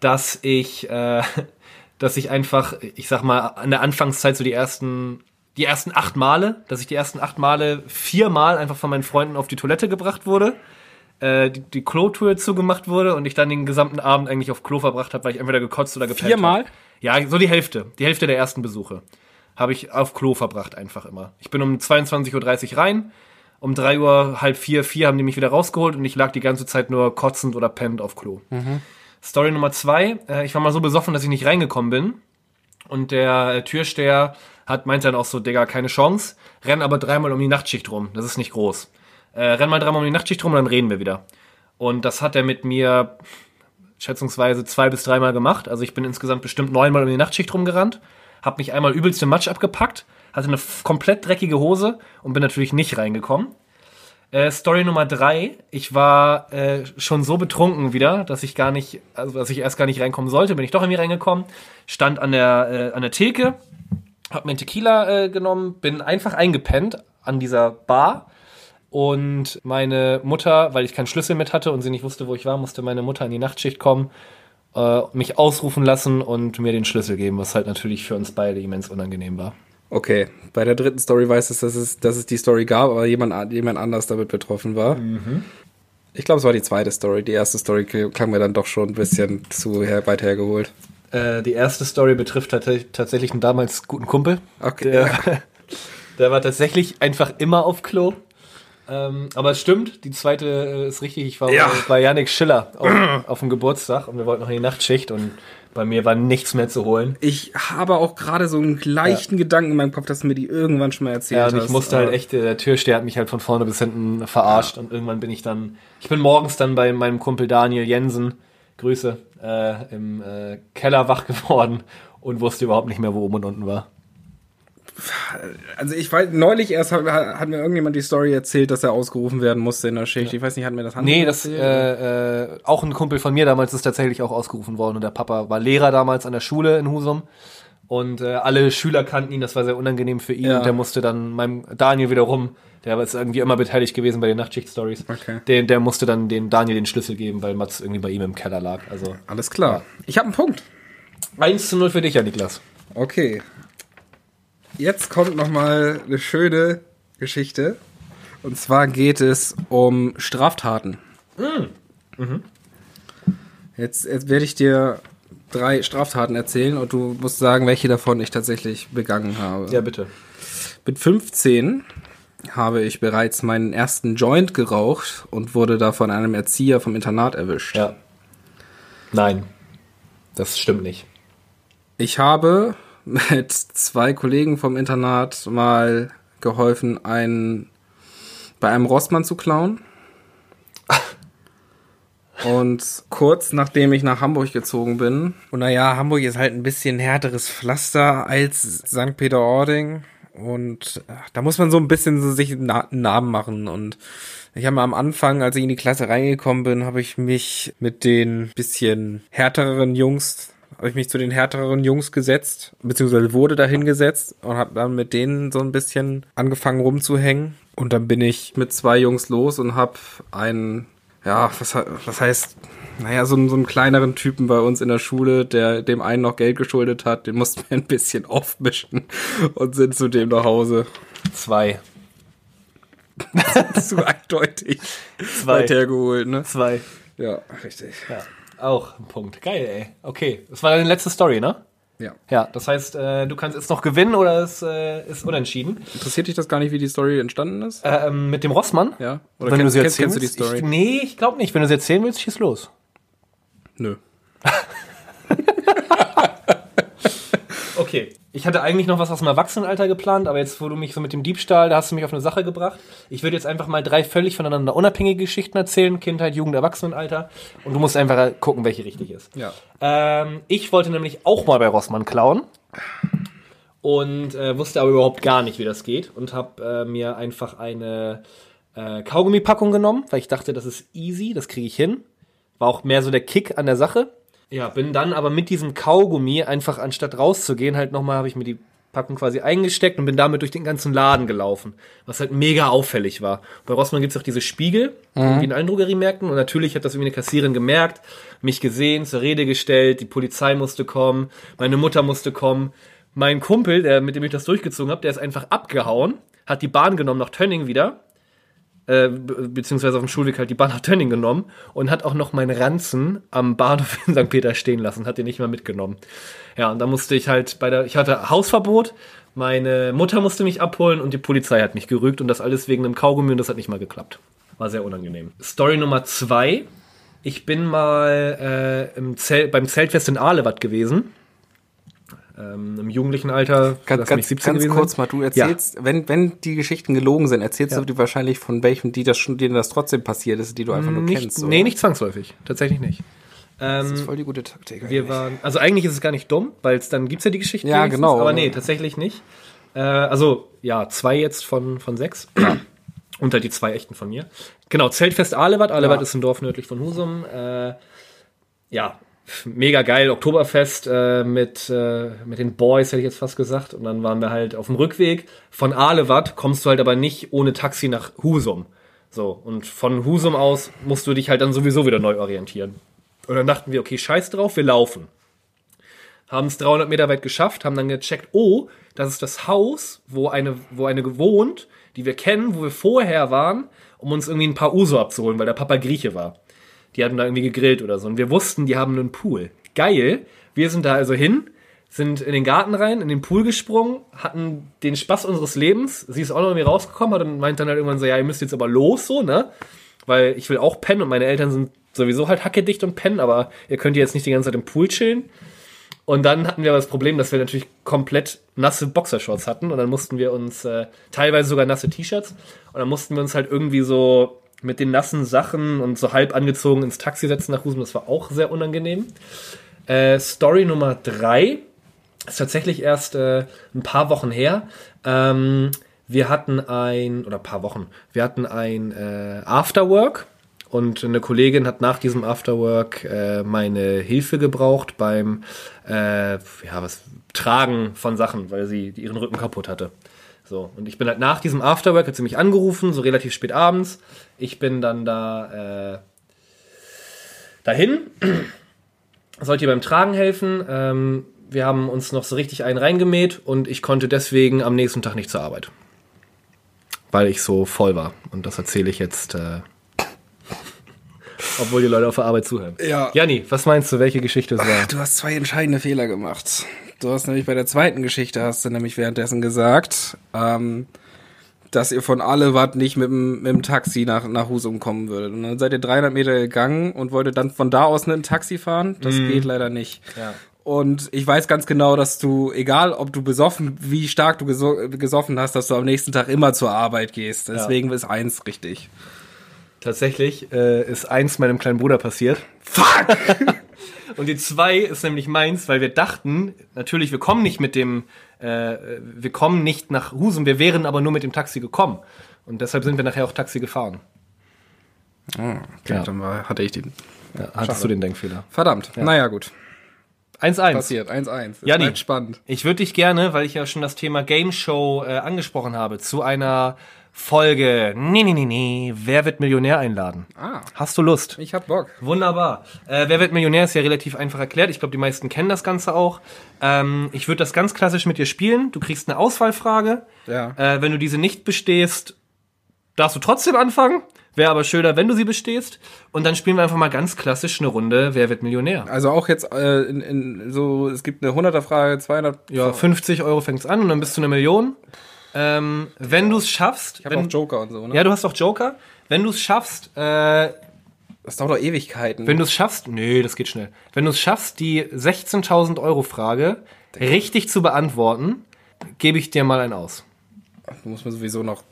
B: dass ich, äh, dass ich einfach, ich sag mal, an der Anfangszeit so die ersten, die ersten acht Male, dass ich die ersten acht Male viermal einfach von meinen Freunden auf die Toilette gebracht wurde. äh, Die, die Klotür zugemacht wurde und ich dann den gesamten Abend eigentlich auf Klo verbracht habe, weil ich entweder gekotzt oder gepennt habe.
A: Viermal?
B: Ja, so die Hälfte. Die Hälfte der ersten Besuche habe ich auf Klo verbracht einfach immer. Ich bin um 22.30 Uhr rein. Um 3 Uhr, halb vier, vier haben die mich wieder rausgeholt und ich lag die ganze Zeit nur kotzend oder pennend auf Klo. Story Nummer zwei. Äh, ich war mal so besoffen, dass ich nicht reingekommen bin. Und der äh, Türsteher hat, meint dann auch so, Digga, keine Chance. Renn aber dreimal um die Nachtschicht rum. Das ist nicht groß. Äh, renn mal dreimal um die Nachtschicht rum und dann reden wir wieder. Und das hat er mit mir schätzungsweise zwei bis dreimal gemacht. Also ich bin insgesamt bestimmt neunmal um die Nachtschicht rumgerannt, habe mich einmal übelst im Matsch abgepackt, hatte eine f- komplett dreckige Hose und bin natürlich nicht reingekommen. Äh, Story Nummer drei. Ich war äh, schon so betrunken wieder, dass ich gar nicht, also dass ich erst gar nicht reinkommen sollte, bin ich doch irgendwie reingekommen, stand an der, äh, an der Theke, hab mir einen Tequila äh, genommen, bin einfach eingepennt an dieser Bar und meine Mutter, weil ich keinen Schlüssel mit hatte und sie nicht wusste, wo ich war, musste meine Mutter in die Nachtschicht kommen, äh, mich ausrufen lassen und mir den Schlüssel geben, was halt natürlich für uns beide immens unangenehm war.
A: Okay, bei der dritten Story weiß es, dass es, dass es die Story gab, aber jemand, an- jemand anders damit betroffen war.
B: Mhm.
A: Ich glaube, es war die zweite Story. Die erste Story kl- klang mir dann doch schon ein bisschen zu her, weit hergeholt.
B: Äh, die erste Story betrifft tats- tatsächlich einen damals guten Kumpel.
A: Okay.
B: Der, der war tatsächlich einfach immer auf Klo. Ähm, aber es stimmt, die zweite äh, ist richtig. Ich war
A: Ja.
B: bei, bei Yannick Schiller auf, auf dem Geburtstag und wir wollten noch in die Nachtschicht und bei mir war nichts mehr zu holen.
A: Ich habe auch gerade so einen leichten Gedanken in meinem Kopf, dass du mir die irgendwann schon mal erzählt
B: Ja,
A: hast.
B: und ich musste halt
A: aber-
B: echt, äh, der Türsteher hat mich halt von vorne bis hinten verarscht und irgendwann bin ich dann, ich bin morgens dann bei meinem Kumpel Daniel Jensen, Grüße, äh, im äh, Keller wach geworden, und wusste überhaupt nicht mehr, wo oben und unten war.
A: Also ich weiß, neulich erst hat, hat mir irgendjemand die Story erzählt, dass er ausgerufen werden musste in der Schicht. Ich weiß nicht, hat mir das Hand
B: Nee, das äh, äh, auch ein Kumpel von mir damals ist tatsächlich auch ausgerufen worden und der Papa war Lehrer damals an der Schule in Husum und äh, alle Schüler kannten ihn, das war sehr unangenehm für ihn
A: Ja.
B: und der musste dann meinem Daniel wiederum, der ist irgendwie immer beteiligt gewesen bei den Nachtschicht-Stories,
A: Okay.
B: den, der musste dann den Daniel den Schlüssel geben, weil Mats irgendwie bei ihm im Keller lag. Also
A: Alles klar. Ich habe einen Punkt.
B: 1 zu 0 für dich, ja, Niklas.
A: Okay. Jetzt kommt noch mal eine schöne Geschichte. Und zwar geht es um Straftaten.
B: Hm. Mhm.
A: Jetzt, jetzt werde ich dir drei Straftaten erzählen und du musst sagen, welche davon ich tatsächlich begangen habe.
B: Ja, bitte.
A: Mit 15 habe ich bereits meinen ersten Joint geraucht und wurde da von einem Erzieher vom Internat erwischt.
B: Ja. Nein. Das stimmt nicht.
A: Ich habe mit zwei Kollegen vom Internat mal geholfen, einen bei einem Rossmann zu klauen. Und kurz nachdem ich nach Hamburg gezogen bin, und naja, Hamburg ist halt ein bisschen härteres Pflaster als St. Peter-Ording. Und ach, da muss man so ein bisschen so sich na einen Namen machen. Und ich habe am Anfang, als ich in die Klasse reingekommen bin, habe ich mich mit den bisschen härtereren Jungs, habe ich mich zu den härtereren Jungs gesetzt, beziehungsweise wurde dahin gesetzt und habe dann mit denen so ein bisschen angefangen rumzuhängen. Und dann bin ich mit zwei Jungs los und habe einen, ja, was, he- was heißt, naja, so, einen- so einen kleineren Typen bei uns in der Schule, der dem einen noch Geld geschuldet hat, den mussten wir ein bisschen aufmischen und sind zu dem nach Hause.
B: Zwei.
A: Zu eindeutig
B: Zwei.
A: weit hergeholt, ne?
B: Zwei.
A: Ja, richtig.
B: Ja, auch ein Punkt. Geil, ey. Okay, das war deine letzte Story, ne?
A: Ja.
B: Ja, das heißt, äh, du kannst jetzt noch gewinnen oder es äh, ist unentschieden.
A: Interessiert dich das gar nicht, wie die Story entstanden ist?
B: Äh, ähm, mit dem Rossmann?
A: Ja. Oder
B: Oder Wenn
A: kennst,
B: du sie
A: kennst,
B: erzählen
A: kennst du die Story?
B: willst? Ich, nee, ich glaube nicht. Wenn du sie erzählen willst, schieß los.
A: Nö.
B: Okay. Ich hatte eigentlich noch was aus dem Erwachsenenalter geplant, aber jetzt, wo du mich so mit dem Diebstahl, da hast du mich auf eine Sache gebracht. Ich würde jetzt einfach mal drei völlig voneinander unabhängige Geschichten erzählen. Kindheit, Jugend, Erwachsenenalter. Und du musst einfach äh, gucken, welche richtig ist.
A: Ja.
B: Ähm, ich wollte nämlich auch mal bei Rossmann klauen und äh, wusste aber überhaupt gar nicht, wie das geht und habe äh, mir einfach eine äh, Kaugummipackung genommen, weil ich dachte, das ist easy, das kriege ich hin. War auch mehr so der Kick an der Sache. Ja, bin dann aber mit diesem Kaugummi einfach anstatt rauszugehen, halt nochmal habe ich mir die Packung quasi eingesteckt und bin damit durch den ganzen Laden gelaufen, was halt mega auffällig war. Bei Rossmann gibt es auch diese Spiegel, die in allen Drogeriemärkten und natürlich hat das irgendwie eine Kassierin gemerkt, mich gesehen, zur Rede gestellt, die Polizei musste kommen, meine Mutter musste kommen. Mein Kumpel, der, mit dem ich das durchgezogen habe, der ist einfach abgehauen, hat die Bahn genommen nach Tönning wieder äh, be- beziehungsweise auf dem Schulweg halt die Bahn nach Tönning genommen und hat auch noch meinen Ranzen am Bahnhof in St. Peter stehen lassen, hat den nicht mehr mitgenommen. Ja, und da musste ich halt bei der, ich hatte Hausverbot, meine Mutter musste mich abholen und die Polizei hat mich gerügt und das alles wegen einem Kaugummi und das hat nicht mal geklappt. War sehr unangenehm. Story Nummer zwei. Ich bin mal äh, im Zelt, beim Zeltfest in Ahlewatt gewesen. Ähm, Im jugendlichen Alter,
A: Ganz,
B: lass mich
A: ganz,
B: 17
A: ganz
B: gewesen
A: kurz
B: sein.
A: mal, du erzählst, wenn, wenn die Geschichten gelogen sind, erzählst
B: Ja.
A: du dir wahrscheinlich von welchem, die das schon, denen das trotzdem passiert ist, die du einfach nur
B: nicht,
A: kennst.
B: Nee, nicht zwangsläufig. Tatsächlich nicht.
A: Das
B: Ähm,
A: ist voll die gute Taktik.
B: Wir waren, also eigentlich ist es gar nicht dumm, weil es dann gibt's ja die Geschichte.
A: Ja,
B: wenigstens,
A: genau.
B: Aber nee, tatsächlich nicht. Äh, also, ja, zwei jetzt von, von sechs. Und halt die zwei echten von mir. Genau, Zeltfest Alewatt. Alewatt
A: Ja.
B: ist ein Dorf nördlich von Husum. Äh, ja, mega geil. Oktoberfest äh, mit, äh, mit den Boys, hätte ich jetzt fast gesagt. Und dann waren wir halt auf dem Rückweg. Von Alewatt kommst du halt aber nicht ohne Taxi nach Husum. So, und von Husum aus musst du dich halt dann sowieso wieder neu orientieren. Und dann dachten wir, okay, scheiß drauf, wir laufen haben es 300 Meter weit geschafft, haben dann gecheckt, oh, das ist das Haus, wo eine, wo eine gewohnt, die wir kennen, wo wir vorher waren, um uns irgendwie ein paar Uso abzuholen, weil der Papa Grieche war. Die hatten da irgendwie gegrillt oder so. Und wir wussten, die haben einen Pool. Geil. Wir sind da also hin, sind in den Garten rein, in den Pool gesprungen, hatten den Spaß unseres Lebens. Sie ist auch noch irgendwie rausgekommen, hat und meint dann halt irgendwann so, ja, ihr müsst jetzt aber los, so, ne? Weil ich will auch pennen und meine Eltern sind sowieso halt hackedicht und pennen, aber ihr könnt jetzt nicht die ganze Zeit im Pool chillen. Und dann hatten wir aber das Problem, dass wir natürlich komplett nasse Boxershorts hatten und dann mussten wir uns äh, teilweise sogar nasse T-Shirts und dann mussten wir uns halt irgendwie so mit den nassen Sachen und so halb angezogen ins Taxi setzen nach Husum. Das war auch sehr unangenehm. Äh, Story Nummer drei. Ist tatsächlich erst äh, ein paar Wochen her. Ähm, wir hatten ein, oder paar Wochen, wir hatten ein äh, Afterwork und eine Kollegin hat nach diesem Afterwork äh, meine Hilfe gebraucht beim äh, ja, was, Tragen von Sachen, weil sie ihren Rücken kaputt hatte. So, und ich bin halt nach diesem Afterwork, hat sie mich angerufen, so relativ spät abends. Ich bin dann da äh, dahin, sollte ihr beim Tragen helfen. Ähm, wir haben uns noch so richtig einen reingemäht und ich konnte deswegen am nächsten Tag nicht zur Arbeit. Weil ich so voll war. Und das erzähle ich jetzt, äh, obwohl die Leute auf der Arbeit zuhören.
A: Ja.
B: Janni, was meinst du, welche Geschichte es war?
A: Du hast zwei entscheidende Fehler gemacht. Du hast nämlich bei der zweiten Geschichte, hast du nämlich währenddessen gesagt, ähm, dass ihr von Allewart nicht mit dem, mit dem Taxi nach, nach Husum kommen würdet. Und dann seid ihr 300 Meter gegangen und wolltet dann von da aus mit dem Taxi fahren. Das geht leider nicht.
B: Mhm. Ja.
A: Und ich weiß ganz genau, dass du, egal ob du besoffen, wie stark du geso gesoffen hast, dass du am nächsten Tag immer zur Arbeit gehst. Deswegen ist eins richtig.
B: Tatsächlich äh, ist eins meinem kleinen Bruder passiert. Fuck! Und die zwei ist nämlich meins, weil wir dachten, natürlich, wir kommen nicht mit dem, äh, wir kommen nicht nach Husum, wir wären aber nur mit dem Taxi gekommen. Und deshalb sind wir nachher auch Taxi gefahren.
A: Okay,
B: Ja.
A: dann war, hatte ich den.
B: Ja, hattest du den Denkfehler?
A: Verdammt. Naja, gut.
B: 1-1.
A: Passiert. 1-1. Es
B: Hm. Janni.
A: bleibt halt Spannend.
B: Ich würde dich gerne, weil ich ja schon das Thema Game Show äh, angesprochen habe, zu einer Folge, nee, nee, nee, nee, wer wird Millionär einladen?
A: Ah,
B: Hast du Lust?
A: ich hab Bock.
B: Wunderbar. Äh, Wer wird Millionär ist ja relativ einfach erklärt. Ich glaube, die meisten kennen das Ganze auch. Ähm, ich würde das ganz klassisch mit dir spielen. Du kriegst eine Auswahlfrage.
A: Ja.
B: Äh, wenn du diese nicht bestehst, darfst du trotzdem anfangen. Wäre aber schöner, wenn du sie bestehst. Und dann spielen wir einfach mal ganz klassisch eine Runde. Wer wird Millionär?
A: Also auch jetzt äh, in, in so, es gibt eine 100er Frage, 200.
B: Ja, 50 Euro fängt's an und dann bist du eine Million. Ähm, wenn du es schaffst,
A: ich habe
B: wenn,
A: auch Joker und so, ne?
B: ja, du hast auch Joker. Wenn du es schaffst, äh,
A: Das dauert doch Ewigkeiten.
B: Wenn du es schaffst, nee, das geht schnell. Wenn du es schaffst, die 16.000 Euro Frage richtig zu beantworten, gebe ich dir mal einen aus.
A: du musst mir sowieso noch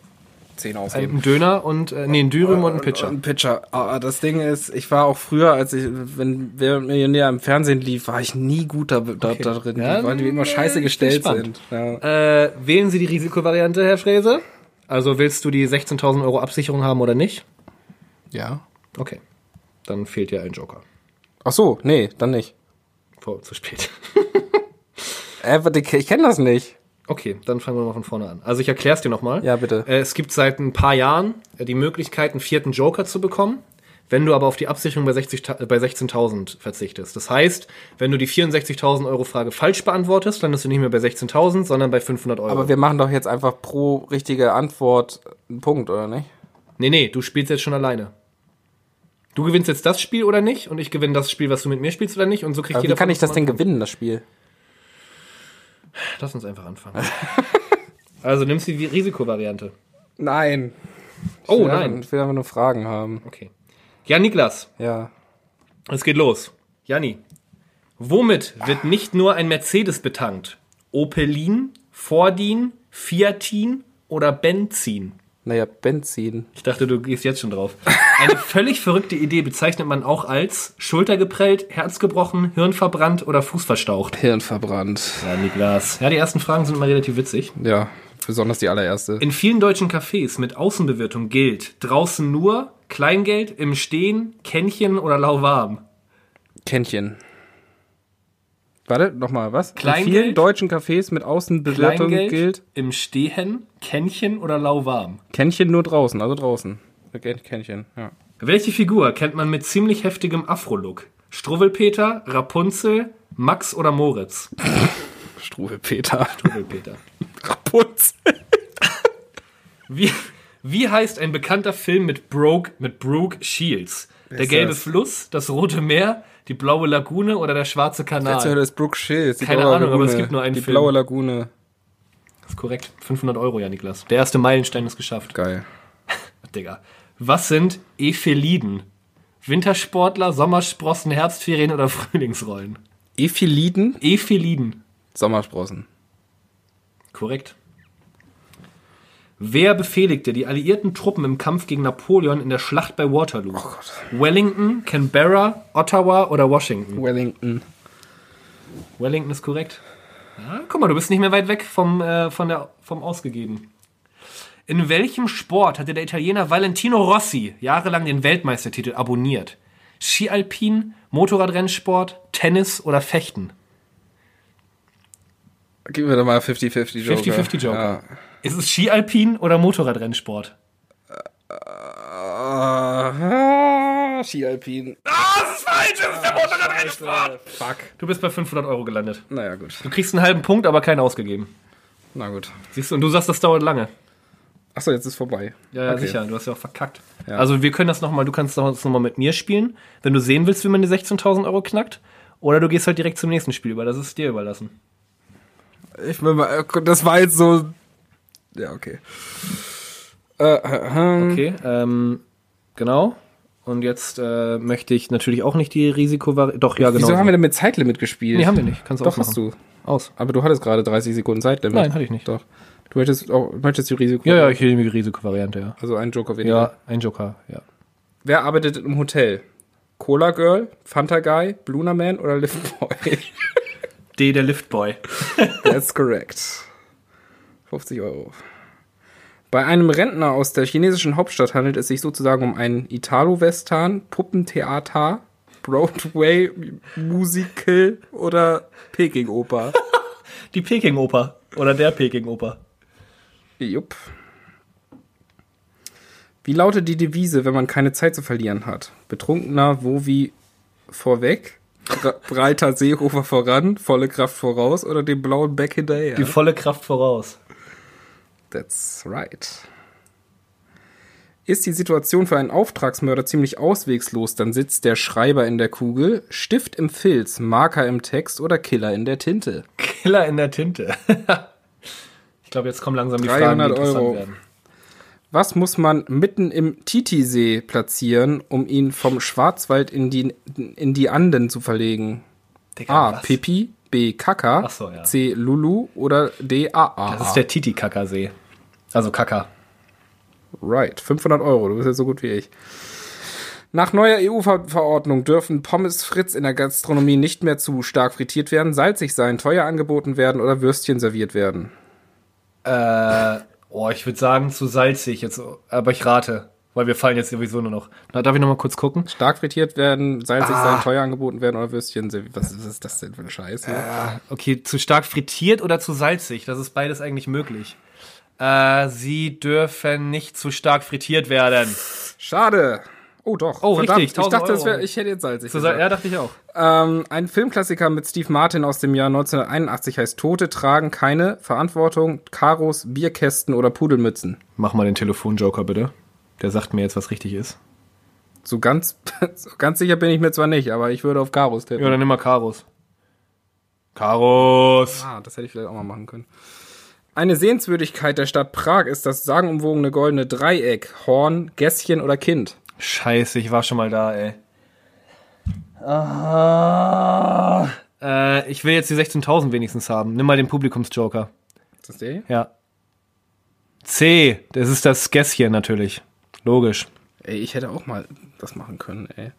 A: 10 ausgeben.
B: Einen Döner und äh, nee, einen Dürüm und einen
A: Und
B: Pitcher.
A: Ein Pitcher. Aber das Ding ist, ich war auch früher, als ich, wenn Wer wird Millionär im Fernsehen lief, war ich nie gut da, da, da drin,
B: Ja,
A: weil die immer scheiße
B: ich bin
A: gestellt
B: gespannt.
A: sind. Ja.
B: Äh, wählen Sie die Risikovariante, Herr Fräse? Also willst du die 16.000 Euro Absicherung haben oder nicht?
A: ja.
B: Okay, dann fehlt dir ein Joker.
A: Ach so, nee, dann nicht.
B: Vor, zu spät.
A: Äh, warte, ich kenne das nicht.
B: Okay, dann fangen wir mal von vorne an. Also ich erkläre es dir nochmal.
A: Ja, bitte.
B: Äh, Es gibt seit ein paar Jahren äh, die Möglichkeit, einen vierten Joker zu bekommen, wenn du aber auf die Absicherung bei, 60, ta- äh, bei 16.000 verzichtest. Das heißt, wenn du die 64.000 Euro Frage falsch beantwortest, landest du nicht mehr bei 16.000, sondern bei 500 Euro.
A: Aber wir machen doch jetzt einfach pro richtige Antwort einen Punkt, oder nicht?
B: nee, nee, du spielst jetzt schon alleine. Du gewinnst jetzt das Spiel oder nicht und ich gewinne das Spiel, was du mit mir spielst oder nicht und so kriegt
A: Aber wie
B: jeder
A: kann
B: von
A: ich das
B: uns
A: denn
B: mal-
A: gewinnen, das Spiel?
B: Lass uns einfach anfangen. also nimmst du die Risikovariante.
A: Nein.
B: Oh
A: will
B: nein.
A: Einfach, ich will einfach nur Fragen haben.
B: Okay. Ja, Niklas.
A: Ja.
B: Es geht los. Janni, womit wird nicht nur ein Mercedes betankt? Opelin, Fordin, Fiatin oder Benzin?
A: Naja, Benzin.
B: Ich dachte, du gehst jetzt schon drauf. Eine völlig verrückte Idee bezeichnet man auch als Schultergeprellt, Herz gebrochen, Hirn verbrannt oder Fuß verstaucht.
A: Hirn verbrannt.
B: Ja, Niklas. Ja, die ersten Fragen sind immer relativ witzig.
A: Ja, besonders die allererste.
B: In vielen deutschen Cafés mit Außenbewirtung gilt draußen nur Kleingeld, im Stehen, Kännchen oder lauwarm.
A: Kännchen. Warte, nochmal, was?
B: Kleingeld?
A: In vielen deutschen Cafés mit Außenbewirtung
B: Kleingeld,
A: gilt
B: im Stehen, Kännchen oder lauwarm.
A: Kännchen nur draußen, also draußen. Okay, Kännchen, ja.
B: Welche Figur kennt man mit ziemlich heftigem Afro-Look? Struwwelpeter, Rapunzel, Max oder Moritz?
A: Struwelpeter.
B: Struwwelpeter.
A: Rapunzel.
B: Wie, wie heißt ein bekannter Film mit Brooke, mit Brooke Shields? Der
A: ist
B: gelbe
A: das?
B: Fluss, das rote Meer, die blaue Lagune oder der schwarze Kanal?
A: Jetzt hört es Brooke Shields. die
B: Ah, Keine
A: blaue
B: Ahnung, aber
A: Lagune.
B: es gibt nur einen
A: Die
B: Film.
A: blaue Lagune.
B: Das ist korrekt. 500 Euro, ja, Niklas. Der erste Meilenstein ist geschafft.
A: Geil.
B: Digga. Was sind Epheliden? Wintersportler, Sommersprossen, Herbstferien oder Frühlingsrollen?
A: Epheliden?
B: Epheliden.
A: Sommersprossen.
B: Korrekt. Wer befehligte die alliierten Truppen im Kampf gegen Napoleon in der Schlacht bei Waterloo? Wellington, Canberra, Ottawa oder Washington?
A: Wellington.
B: Wellington ist korrekt. Ah, guck mal, du bist nicht mehr weit weg vom, äh, von der, vom Ausgegeben. In welchem Sport hatte der Italiener Valentino Rossi jahrelang den Weltmeistertitel abonniert? Ski alpin, Motorradrennsport, Tennis oder Fechten?
A: Gib mir doch mal 50-50 Joker.
B: 50-50 Joker. Ist es Ski alpin oder Motorradrennsport?
A: Ja. Ah, Skialpin.
B: Ah, das ist falsch, das ist der Motorradrennsport!
A: Fuck.
B: Du bist bei 500 Euro gelandet.
A: Naja, gut.
B: Du kriegst einen halben Punkt, aber keinen ausgegeben.
A: Na gut.
B: Siehst du, und du sagst, das dauert lange.
A: Achso, jetzt ist vorbei.
B: Ja, ja
A: Okay.
B: sicher, du hast ja auch verkackt.
A: Ja.
B: Also wir können das nochmal, du kannst das nochmal mit mir spielen, wenn du sehen willst, wie man die 16.000 Euro knackt. Oder du gehst halt direkt zum nächsten Spiel über, das ist dir überlassen.
A: Ich bin mal, äh, das war jetzt so. Ja, okay. Äh, äh, äh,
B: Okay, ähm, genau. Und jetzt äh, möchte ich natürlich auch nicht die Risikovari... Doch, ja, genau.
A: Wieso haben wir denn mit Zeitlimit gespielt?
B: nee, haben wir nicht. Kannst du
A: Doch,
B: ausmachen.
A: hast du.
B: Aus.
A: Aber du hattest gerade 30 Sekunden Zeitlimit.
B: Nein, hatte ich nicht.
A: Doch. Du möchtest, auch, möchtest die Risiko.
B: Ja, ja, ich nehme die Risikovariante, ja.
A: Also einen Joker weniger.
B: Ja, ein Joker, ja.
A: Wer arbeitet im Hotel? Cola Girl, Fanta Guy, Bluna Man oder Lift Boy?
B: D, der Liftboy.
A: That's correct. 50 Euro. Bei einem Rentner aus der chinesischen Hauptstadt handelt es sich sozusagen um einen Italo-Western, Puppentheater, Broadway-Musical oder Peking-Oper.
B: Die Peking-Oper. Oder der Peking-Oper.
A: Jupp. Wie lautet die Devise, wenn man keine Zeit zu verlieren hat? Betrunkener Wovi vorweg, Bre- breiter Seehofer voran, volle Kraft voraus oder dem blauen Beck hinterher?
B: Die volle Kraft voraus.
A: That's right. Ist die Situation für einen Auftragsmörder ziemlich auswegslos, dann sitzt der Schreiber in der Kugel, Stift im Filz, Marker im Text oder Killer in der Tinte.
B: Killer in der Tinte. ich glaube, jetzt kommen langsam die Fragen, die
A: 300
B: interessant
A: Euro.
B: werden.
A: Was muss man mitten im Titisee platzieren, um ihn vom Schwarzwald in die, in die Anden zu verlegen?
B: Digga,
A: A.
B: was?
A: Pipi, B. Kaka,
B: Ach so, ja.
A: C. Lulu oder D. AA.
B: Das ist der Titicacasee. Also Kaka.
A: Right, 500 Euro, du bist ja so gut wie ich. Nach neuer EU-Verordnung dürfen Pommes Fritz in der Gastronomie nicht mehr zu stark frittiert werden, salzig sein, teuer angeboten werden oder Würstchen serviert werden.
B: Äh, oh, ich würde sagen zu salzig jetzt, aber ich rate, weil wir fallen jetzt sowieso nur noch. Na, darf ich noch mal kurz gucken?
A: Stark frittiert werden, salzig
B: Ah.
A: sein, teuer angeboten werden oder Würstchen serviert Was ist was das denn für ein Scheiß? ne?
B: Okay, zu stark frittiert oder zu salzig? Das ist beides eigentlich möglich. Äh, sie dürfen nicht zu stark frittiert werden.
A: Schade. Oh doch.
B: Oh, richtig,
A: Ich
B: 1000
A: dachte, das
B: Euro.
A: wär, ich hätte jetzt salzig.
B: Zu
A: gesagt.
B: sal ja, dachte ich auch.
A: Ähm, ein Filmklassiker mit Steve Martin aus dem Jahr 1981 heißt Tote tragen keine Verantwortung, Karos, Bierkästen oder Pudelmützen.
B: Mach mal den Telefonjoker bitte. Der sagt mir jetzt, was richtig ist.
A: So ganz, so ganz sicher bin ich mir zwar nicht, aber ich würde auf Karos tippen.
B: Ja, dann nimm mal Karos. Karos!
A: Ah, das hätte ich vielleicht auch mal machen können. Eine Sehenswürdigkeit der Stadt Prag ist das sagenumwogene goldene Dreieck, Horn, Gässchen oder Kind.
B: Scheiße, ich war schon mal da, ey. Ah. Äh, ich will jetzt die 16.000 wenigstens haben. Nimm mal den Publikumsjoker.
A: Ist das der?
B: Ja. C, das ist das Gässchen natürlich. Logisch.
A: Ey, ich hätte auch mal das machen können, ey.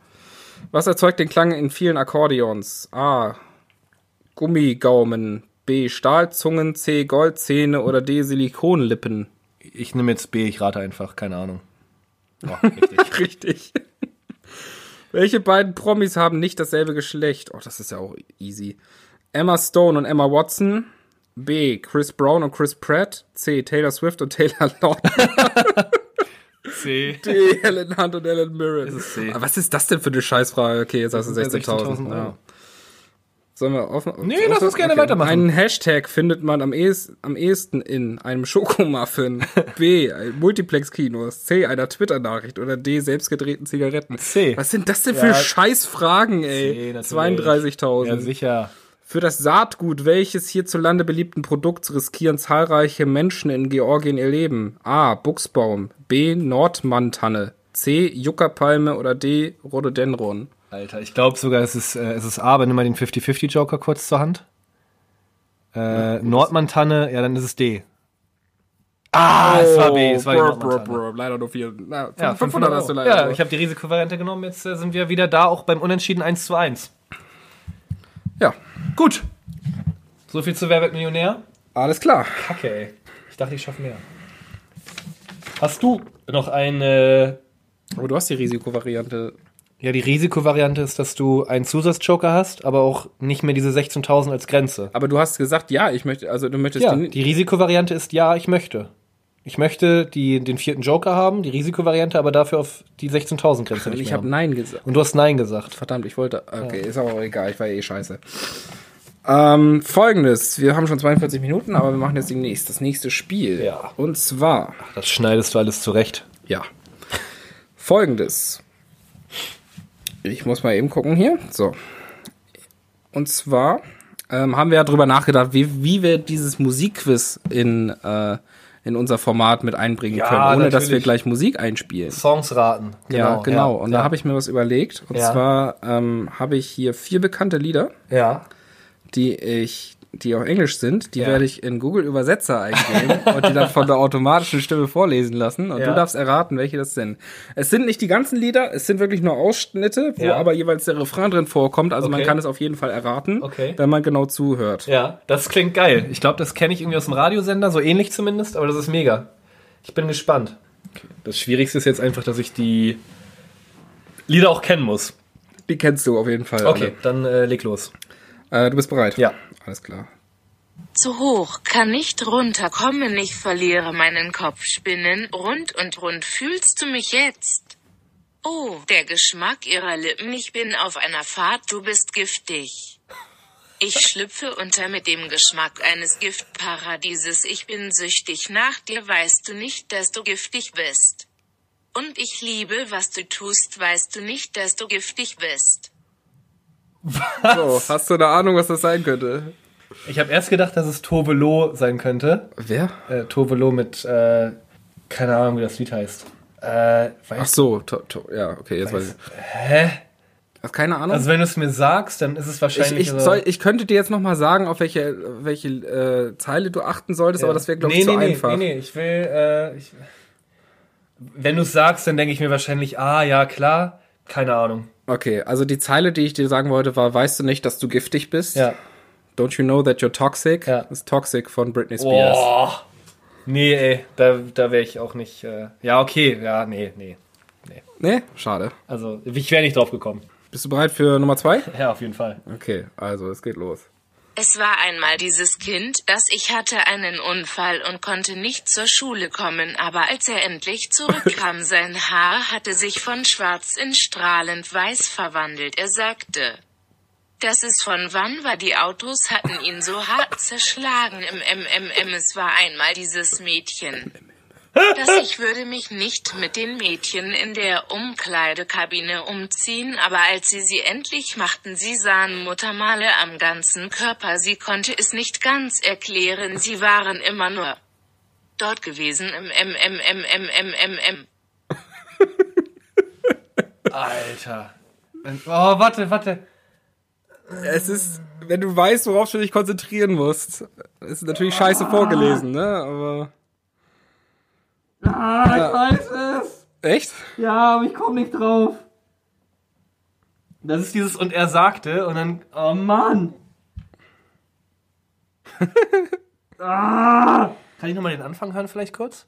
A: Was erzeugt den Klang in vielen Akkordeons? A. Gummigaumen. B. Stahlzungen. C. Goldzähne. Oder D. Silikonlippen.
B: Ich nehme jetzt B, ich rate einfach, keine Ahnung. Boah, richtig.
A: Richtig. Welche beiden Promis haben nicht dasselbe Geschlecht? Oh, das ist ja auch easy. Emma Stone und Emma Watson. B. Chris Brown und Chris Pratt. C. Taylor Swift und Taylor Lautner.
B: C.
A: D. Helen Hunt und Helen Mirren.
B: Es ist C.
A: Aber was ist das denn für eine Scheißfrage? Okay, jetzt hast du 16.000.
B: Euro.
A: Ja. Sollen wir offen?
B: Nee, lass uns gerne weitermachen.
A: Einen Hashtag findet man am, ehes- am ehesten in einem Schokomuffin, B, Multiplex-Kinos, C, einer Twitter-Nachricht oder D, selbstgedrehten Zigaretten.
B: C.
A: Was sind das denn
B: Ja.
A: für Scheißfragen, ey?
B: C, natürlich.
A: 32.000.
B: Ja, sicher.
A: Für das Saatgut welches hierzulande beliebten Produkts riskieren zahlreiche Menschen in Georgien ihr Leben? A. Buchsbaum. B. Nordmantanne. C. Juckerpalme oder D. Rhododendron.
B: Alter, ich glaube sogar, es ist, äh, es ist A, aber nimm mal den 50-50-Joker kurz zur Hand. Äh, Nordmantanne, ja, dann ist es D. Ah, es war B, es war die
A: Äh, Brr, brr,
B: Nordmantanne.
A: brr, Leider nur vier. Na,
B: Ja,
A: 500 hast du leider.
B: Ja,
A: nur.
B: ich habe die Risikovariante genommen, jetzt äh, sind wir wieder da, auch beim Unentschieden 1 zu 1.
A: ja.
B: Gut. So viel zu Wer wird Millionär?
A: Alles klar.
B: Kacke, ey. Ich dachte, ich schaffe mehr. Hast du noch eine.
A: Aber du hast die Risikovariante.
B: Ja, die Risikovariante ist, dass du einen Zusatzjoker hast, aber auch nicht mehr diese 16.000 als Grenze.
A: Aber du hast gesagt, ja, ich möchte, also du möchtest
B: Ja,
A: die,
B: die Risikovariante ist ja, ich möchte. Ich möchte die, den vierten Joker haben, die Risikovariante, aber dafür auf die 16.000 Grenze nicht
A: Ich
B: mehr
A: habe
B: haben.
A: Nein gesagt.
B: Und du hast Nein gesagt.
A: Verdammt, ich wollte. Okay, ist aber auch egal, ich war eh scheiße. Ähm, folgendes, wir haben schon 42 Minuten, aber wir machen jetzt demnächst das nächste Spiel.
B: Ja.
A: Und zwar,
B: Das schneidest du alles zurecht.
A: ja. Folgendes. Ich muss mal eben gucken hier. So. Und zwar ähm, haben wir ja drüber nachgedacht, wie, wie wir dieses Musikquiz in, äh, in unser Format mit einbringen
B: Ja,
A: können, ohne dass wir
B: natürlich.
A: gleich Musik einspielen.
B: Songs raten.
A: ja, genau. und da habe ich mir was überlegt. Und
B: Ja.
A: zwar ähm, habe ich hier vier bekannte Lieder,
B: Ja.
A: die ich, die auf Englisch sind. Die
B: Ja.
A: werde ich in Google Übersetzer eingeben und die dann von der automatischen Stimme vorlesen lassen. Und
B: Ja.
A: du darfst erraten, welche das sind. Es sind nicht die ganzen Lieder, es sind wirklich nur Ausschnitte, wo
B: Ja.
A: aber jeweils der Refrain drin vorkommt. Also man
B: Okay.
A: kann es auf jeden Fall erraten,
B: Okay.
A: wenn man genau zuhört.
B: Ja, das klingt geil. Ich glaube, das kenne ich irgendwie aus dem Radiosender, so ähnlich zumindest, aber das ist mega. Ich bin gespannt. Das Schwierigste ist jetzt einfach, dass ich die Lieder auch kennen muss.
A: Die kennst du auf jeden Fall.
B: Okay, dann äh, leg los.
A: alle. Äh, du bist bereit?
B: Ja.
A: Alles klar.
C: Zu hoch kann nicht runterkommen, ich verliere meinen Kopf spinnen, rund und rund fühlst du mich jetzt. Oh, der Geschmack ihrer Lippen, ich bin auf einer Fahrt, du bist giftig. Ich schlüpfe unter mit dem Geschmack eines Giftparadieses, ich bin süchtig nach dir, weißt du nicht, dass du giftig bist. Und ich liebe, was du tust, weißt du nicht, dass du giftig bist.
A: So, hast du eine Ahnung, was das sein könnte?
B: Ich habe erst gedacht, dass es Tobelo sein könnte.
A: Wer?
B: Äh, Tobelo mit, äh, keine Ahnung, wie das Lied heißt. Äh,
A: Ach
B: weißt
A: so, to, to, ja, okay, jetzt weiß ich.
B: Hä?
A: Hast keine Ahnung?
B: Also wenn du es mir sagst, dann ist es
A: ich,
B: wahrscheinlich...
A: ich, soll, ich könnte dir jetzt nochmal sagen, auf welche, welche äh, Zeile du achten solltest, aber das wäre, glaube ich,
B: nee,
A: zu
B: nee,
A: einfach.
B: Nee, nee, nee, ich will. Äh, ich, wenn du es sagst, dann denke ich mir wahrscheinlich, ah, ja, klar, keine Ahnung.
A: Okay, also die Zeile, die ich dir sagen wollte, war, weißt du nicht, dass du giftig bist?
B: Ja.
A: Don't you know that you're toxic?
B: Ja.
A: Das ist Toxic von Britney Spears.
B: Boah. Nee, ey, da, da wäre ich auch nicht. Äh, ja, okay, ja, nee, nee.
A: Nee? Schade.
B: Also, ich wäre nicht drauf gekommen.
A: Bist du bereit für Nummer zwei?
B: Ja, auf jeden Fall.
A: Okay, also es geht los.
C: Es war einmal dieses Kind, das ich hatte einen Unfall und konnte nicht zur Schule kommen, aber als er endlich zurückkam, sein Haar hatte sich von schwarz in strahlend weiß verwandelt. Er sagte, das ist von wann war die Autos hatten ihn so hart zerschlagen im MMM. Es war einmal dieses Mädchen. Dass ich würde mich nicht mit den Mädchen in der Umkleidekabine umziehen, aber als sie sie endlich machten, sie sahen Muttermale am ganzen Körper. Sie konnte es nicht ganz erklären. Sie waren immer nur dort gewesen im MMMMMMM.
B: Alter. Oh, warte, warte.
A: Es ist, wenn du weißt, worauf du dich konzentrieren musst, ist natürlich scheiße vorgelesen, ne? Aber.
B: Ah, ich weiß es.
A: Echt?
B: Ja, aber ich komme nicht drauf. Das ist dieses und er sagte und dann. Oh Mann! ah! Kann ich nochmal den Anfang hören, vielleicht kurz?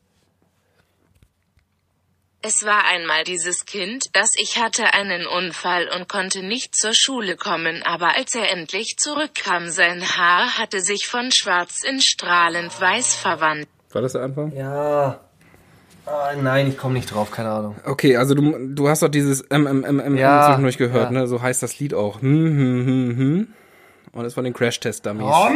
C: Es war einmal dieses Kind, das ich hatte einen Unfall und konnte nicht zur Schule kommen, aber als er endlich zurückkam, sein Haar hatte sich von schwarz in strahlend weiß verwandelt.
A: War das der Anfang?
B: Ja. Ah, nein, ich komme nicht drauf, keine Ahnung.
A: Okay, also du, du hast doch dieses M, M, M, M
B: Ja,
A: zwischendurch gehört,
B: ja.
A: ne? So heißt das Lied auch. Hm, hm, hm, hm. Und ist von den Crash-Test-Dummies.
B: Oh.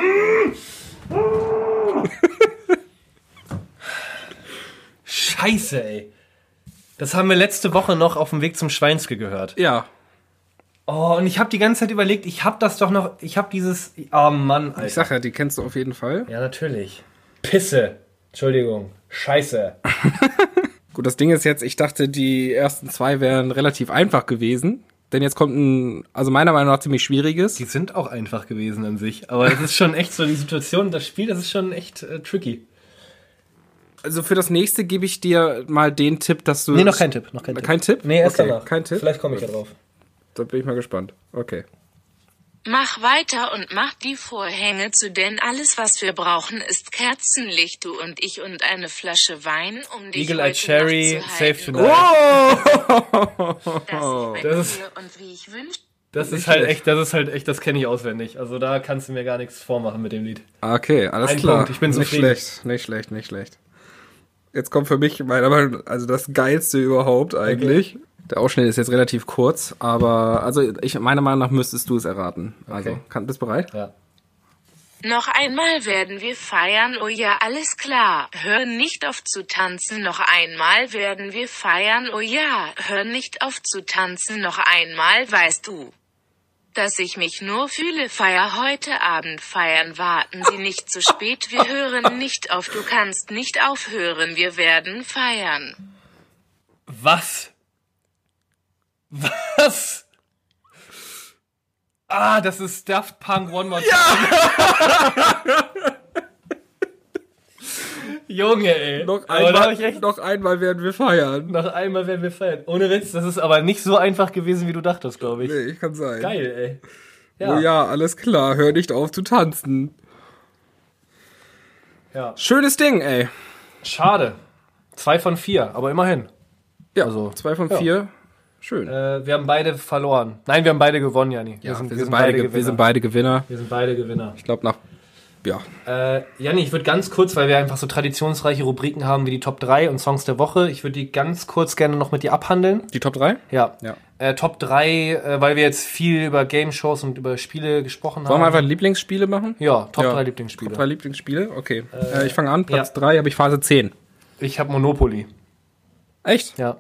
B: Scheiße, ey. Das haben wir letzte Woche noch auf dem Weg zum Schweinske gehört.
A: Ja.
B: Oh, und ich habe die ganze Zeit überlegt, ich habe das doch noch, ich habe dieses, oh Mann, Alter.
A: Ich sag ja, die kennst du auf jeden Fall.
B: Ja, natürlich. Pisse. Entschuldigung. Scheiße.
A: Gut, das Ding ist jetzt, ich dachte, die ersten zwei wären relativ einfach gewesen. Denn jetzt kommt ein, also meiner Meinung nach ziemlich schwieriges.
B: Die sind auch einfach gewesen an sich. Aber es ist schon echt so, die Situation, das Spiel, das ist schon echt äh, tricky.
A: Also für das nächste gebe ich dir mal den Tipp, dass du.
B: Nee, noch kein Tipp. Noch Äh, kein Tipp.
A: Kein Tipp?
B: Nee, erst
A: okay,
B: danach.
A: Kein Tipp?
B: Vielleicht komme ich ja drauf.
A: Da bin ich mal gespannt. Okay.
C: Mach weiter und mach die Vorhänge zu, denn alles, was wir brauchen, ist Kerzenlicht, du und ich und eine Flasche Wein, um dich
D: Eagle Eye
C: heute
D: Cherry,
C: Nacht zu
D: Safe
C: halten.
B: Oh!
D: Tonight.
C: Das,
B: Das
C: ist und wie ich wünschte.
B: Das ist halt echt, das ist halt echt, das kenne ich auswendig. Also da kannst du mir gar nichts vormachen mit dem Lied.
A: Okay, alles
B: Ein
A: klar.
B: Punkt, ich bin
A: nicht
B: zufrieden.
A: schlecht, nicht schlecht, nicht schlecht. Jetzt kommt für mich meiner Meinung nach, also das geilste überhaupt eigentlich. Der Ausschnitt ist jetzt relativ kurz, aber also ich meiner Meinung nach müsstest du es erraten. Also,
B: Okay.
A: kann, bist bereit?
B: Ja.
C: Noch einmal werden wir feiern, oh ja, alles klar. Hör nicht auf zu tanzen, noch einmal werden wir feiern, oh ja, hör nicht auf zu tanzen, noch einmal weißt du. Dass ich mich nur fühle, feier heute Abend feiern, warten Sie nicht zu spät, wir hören nicht auf, du kannst nicht aufhören, wir werden feiern.
B: Was? Was? Ah, das ist Daft Punk One More Time. Junge, ey.
A: Noch
B: Aber da hab
A: einmal,
B: ich echt.
A: noch einmal werden wir feiern.
B: Noch einmal werden wir feiern. Ohne Witz, das ist aber nicht so einfach gewesen, wie du dachtest, glaube ich.
A: Nee, ich kann sein.
B: Geil, ey.
A: Oh ja, alles klar, hör nicht auf zu tanzen.
B: ja.
A: Schönes Ding, ey.
B: Schade. Zwei von vier, aber immerhin.
A: Ja,
B: Also,
A: zwei von
B: ja.
A: vier. Schön.
B: Äh, wir haben beide verloren. Nein, wir haben beide gewonnen, Janni.
A: ja, wir, sind beide, Ge- wir sind beide Gewinner.
B: wir sind beide Gewinner.
A: Ich glaube nach, ja,
B: Äh, Janni, ich würde ganz kurz, weil wir einfach so traditionsreiche Rubriken haben wie die Top 3 und Songs der Woche, ich würde die ganz kurz gerne noch mit dir abhandeln.
A: die Top 3?
B: Ja.
A: Ja.
B: Äh, Top 3, äh, weil wir jetzt viel über Game Shows und über Spiele gesprochen
A: Wollen wir
B: haben.
A: einfach Lieblingsspiele machen?
B: Ähm. ja, Top
A: Ja.
B: 3 Lieblingsspiele.
A: Top 3 Lieblingsspiele? Okay. Äh, ich fange an, Platz 3 habe ich Phase 10.
B: Ich habe Monopoly.
A: Echt?
B: Ja.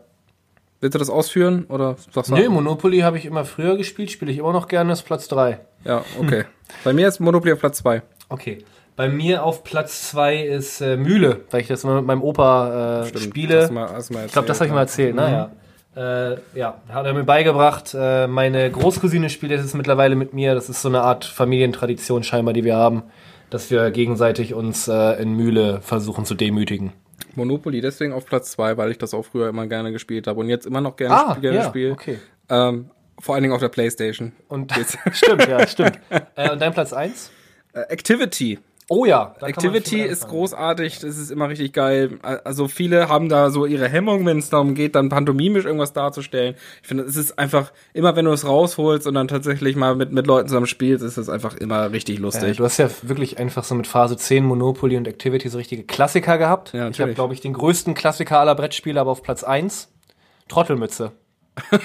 A: Willst du das ausführen oder sagst du?
B: Nö, Monopoly habe ich immer früher gespielt, spiele ich immer noch gerne, ist Platz 3.
A: Ja, okay. Bei mir ist Monopoly auf Platz 2.
B: Okay. Bei mir auf Platz 2 ist äh, Mühle, weil ich das immer mit meinem Opa äh, spiele. Ich glaube, das habe ich mal erzählt, naja. Äh, ja, hat er mir beigebracht. Äh, meine Großcousine spielt das jetzt mittlerweile mit mir. Das ist so eine Art Familientradition scheinbar, die wir haben, dass wir gegenseitig uns äh, in Mühle versuchen zu demütigen.
A: Monopoly deswegen auf Platz 2, weil ich das auch früher immer gerne gespielt habe und jetzt immer noch gerne, sp- gerne spiele.
B: Ah, okay.
A: Ähm, vor allen Dingen auf der Playstation.
B: Und stimmt, ja, stimmt. Äh, und dein Platz 1?
A: Äh, Activity.
B: Oh ja. da kann man viel
A: Activity
B: mit
A: ist
B: anfangen.
A: großartig, das ist immer richtig geil. Also viele haben da so ihre Hemmung, wenn es darum geht, dann pantomimisch irgendwas darzustellen. Ich finde, es ist einfach, immer wenn du es rausholst und dann tatsächlich mal mit, mit Leuten zusammen spielst, ist es einfach immer richtig
B: Äh,
A: lustig.
B: du hast ja wirklich einfach so mit Phase 10 Monopoly und Activity so richtige Klassiker gehabt.
A: Ja,
B: ich habe,
A: natürlich.
B: glaube ich, den größten Klassiker aller Brettspiele, aber auf Platz 1. Trottelmütze.
A: Ich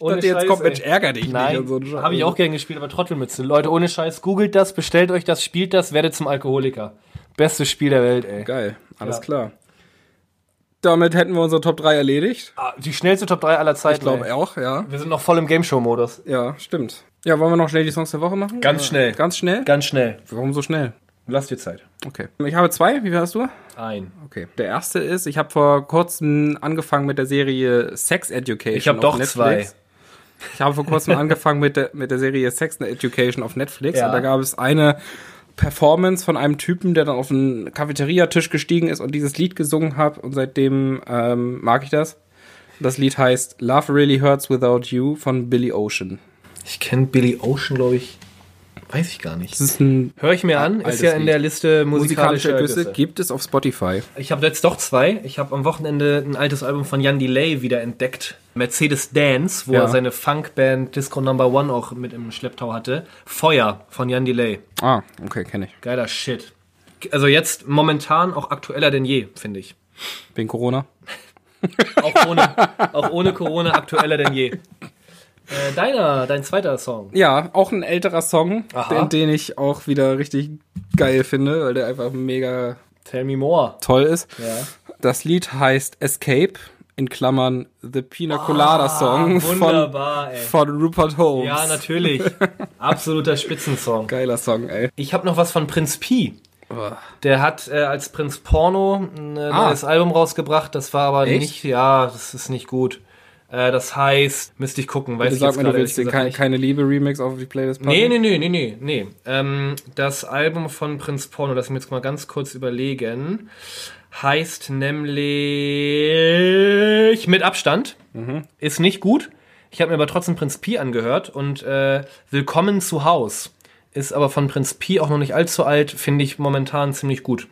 B: ohne
A: dachte, jetzt
B: Scheiß,
A: kommt,
B: ey.
A: Mensch, ärger dich nicht.
B: Nein,
A: und so ne? also ein Scheiß.
B: habe ich auch gern gespielt, aber Trottelmütze. Leute, ohne Scheiß, googelt das, bestellt euch das, spielt das, werdet zum Alkoholiker. Bestes Spiel der Welt, ey.
A: Geil, alles
B: Ja.
A: klar. Damit hätten wir unsere Top 3 erledigt.
B: Ah, Die schnellste Top 3 aller Zeiten.
A: Ich glaube
B: ey.
A: auch, ja.
B: Wir sind noch voll im Gameshow-Modus.
A: Ja, stimmt. Ja, wollen wir noch schnell die Songs der Woche machen?
B: Ganz
A: Ja.
B: schnell.
A: Ganz schnell?
B: Ganz schnell.
A: Warum so schnell?
B: Lasst dir Zeit.
A: Okay. Ich habe zwei, wie viel hast du?
B: Ein.
A: Okay. Der erste ist, ich habe vor kurzem angefangen mit der Serie Sex Education.
B: Ich hab
A: auf
B: doch
A: Netflix.
B: zwei.
A: Ich habe vor kurzem angefangen mit der, mit der Serie Sex Education auf Netflix
B: Ja.
A: und da gab es eine Performance von einem Typen, der dann auf den Cafeteriatisch gestiegen ist und dieses Lied gesungen hat und seitdem ähm, mag ich das. Das Lied heißt Love Really Hurts Without You von Billy Ocean.
B: Ich kenne Billy Ocean, glaube ich. Weiß ich gar nicht.
A: Das ist ein
B: Höre ich mir an,
A: Altes
B: ist ja in
A: Lied.
B: der Liste musikalischer
A: musikalischer
B: Ergüsse.
A: Güsse, gibt es auf Spotify.
B: Ich habe jetzt doch zwei. Ich habe am Wochenende ein altes Album von Jan Delay wieder entdeckt. Mercedes Dance, wo
A: Ja.
B: er seine Funkband Disco Number One auch mit im Schlepptau hatte. Feuer von Jan Delay.
A: Ah, okay, kenne ich.
B: Geiler Shit. Also jetzt momentan auch aktueller denn je, finde ich.
A: Wegen Corona.
B: Auch ohne, auch ohne Corona aktueller denn je. Äh, deiner, dein zweiter Song.
A: Ja, auch ein älterer Song,
B: Aha.
A: den, den ich auch wieder richtig geil finde, weil der einfach mega
B: Tell me more.
A: toll ist.
B: Ja.
A: Das Lied heißt Escape, in Klammern The Pina Colada Song von,
B: Ah, Wunderbar, ey.
A: von Rupert Holmes.
B: Ja, natürlich. Absoluter Spitzensong.
A: Geiler Song, ey.
B: Ich habe noch was von Prinz Pi. Der hat äh, als Prinz Porno ein äh,
A: Ah.
B: neues Album rausgebracht. Das war aber
A: Echt?
B: nicht, ja, das ist nicht gut. Äh, das heißt, müsste ich gucken, weiß
A: Du
B: ich jetzt
A: sagst mir, du
B: gerade
A: willst den
B: ehrlich gesagt
A: kein,
B: nicht.
A: keine Liebe Remix auf die Playlist packen?
B: Nee, nee, nee, nee, nee, nee. Ähm, das Album von Prinz Porno, lass mich jetzt mal ganz kurz überlegen,
A: Mhm.
B: heißt nämlich Mit Abstand. Ist nicht gut. Ich habe mir aber trotzdem Prinz Pi angehört und äh, Willkommen zu Haus ist aber von Prinz Pi auch noch nicht allzu alt, finde ich momentan ziemlich gut.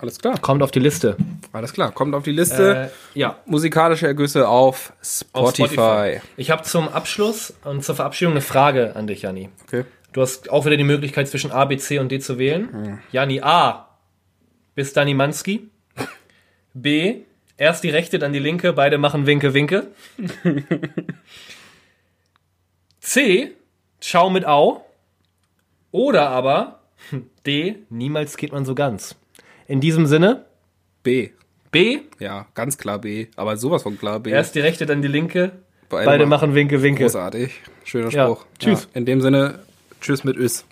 A: Alles klar.
B: Kommt auf die Liste.
A: Alles klar. Kommt auf die Liste.
B: Äh, ja.
A: Musikalische Ergüsse auf Spotify.
B: auf Ich habe zum Abschluss und zur Verabschiedung eine Frage an dich, Janni.
A: Okay.
B: Du hast auch wieder die Möglichkeit zwischen A, B, C und D zu wählen. Janni A. Bist Dani Manski. B. Erst die rechte, dann die linke. Beide machen Winke, Winke. C. Ciao mit Au. Oder aber D. Niemals geht man so ganz. In diesem Sinne,
A: B.
B: B.
A: Ja, ganz klar B. Aber sowas von klar B.
B: Erst die rechte, dann die linke.
A: Beide
B: Beide
A: machen-
B: machen Winke, Winke.
A: Großartig. Schöner
B: Ja.
A: Spruch.
B: Tschüss.
A: In dem Sinne, tschüss mit Ös.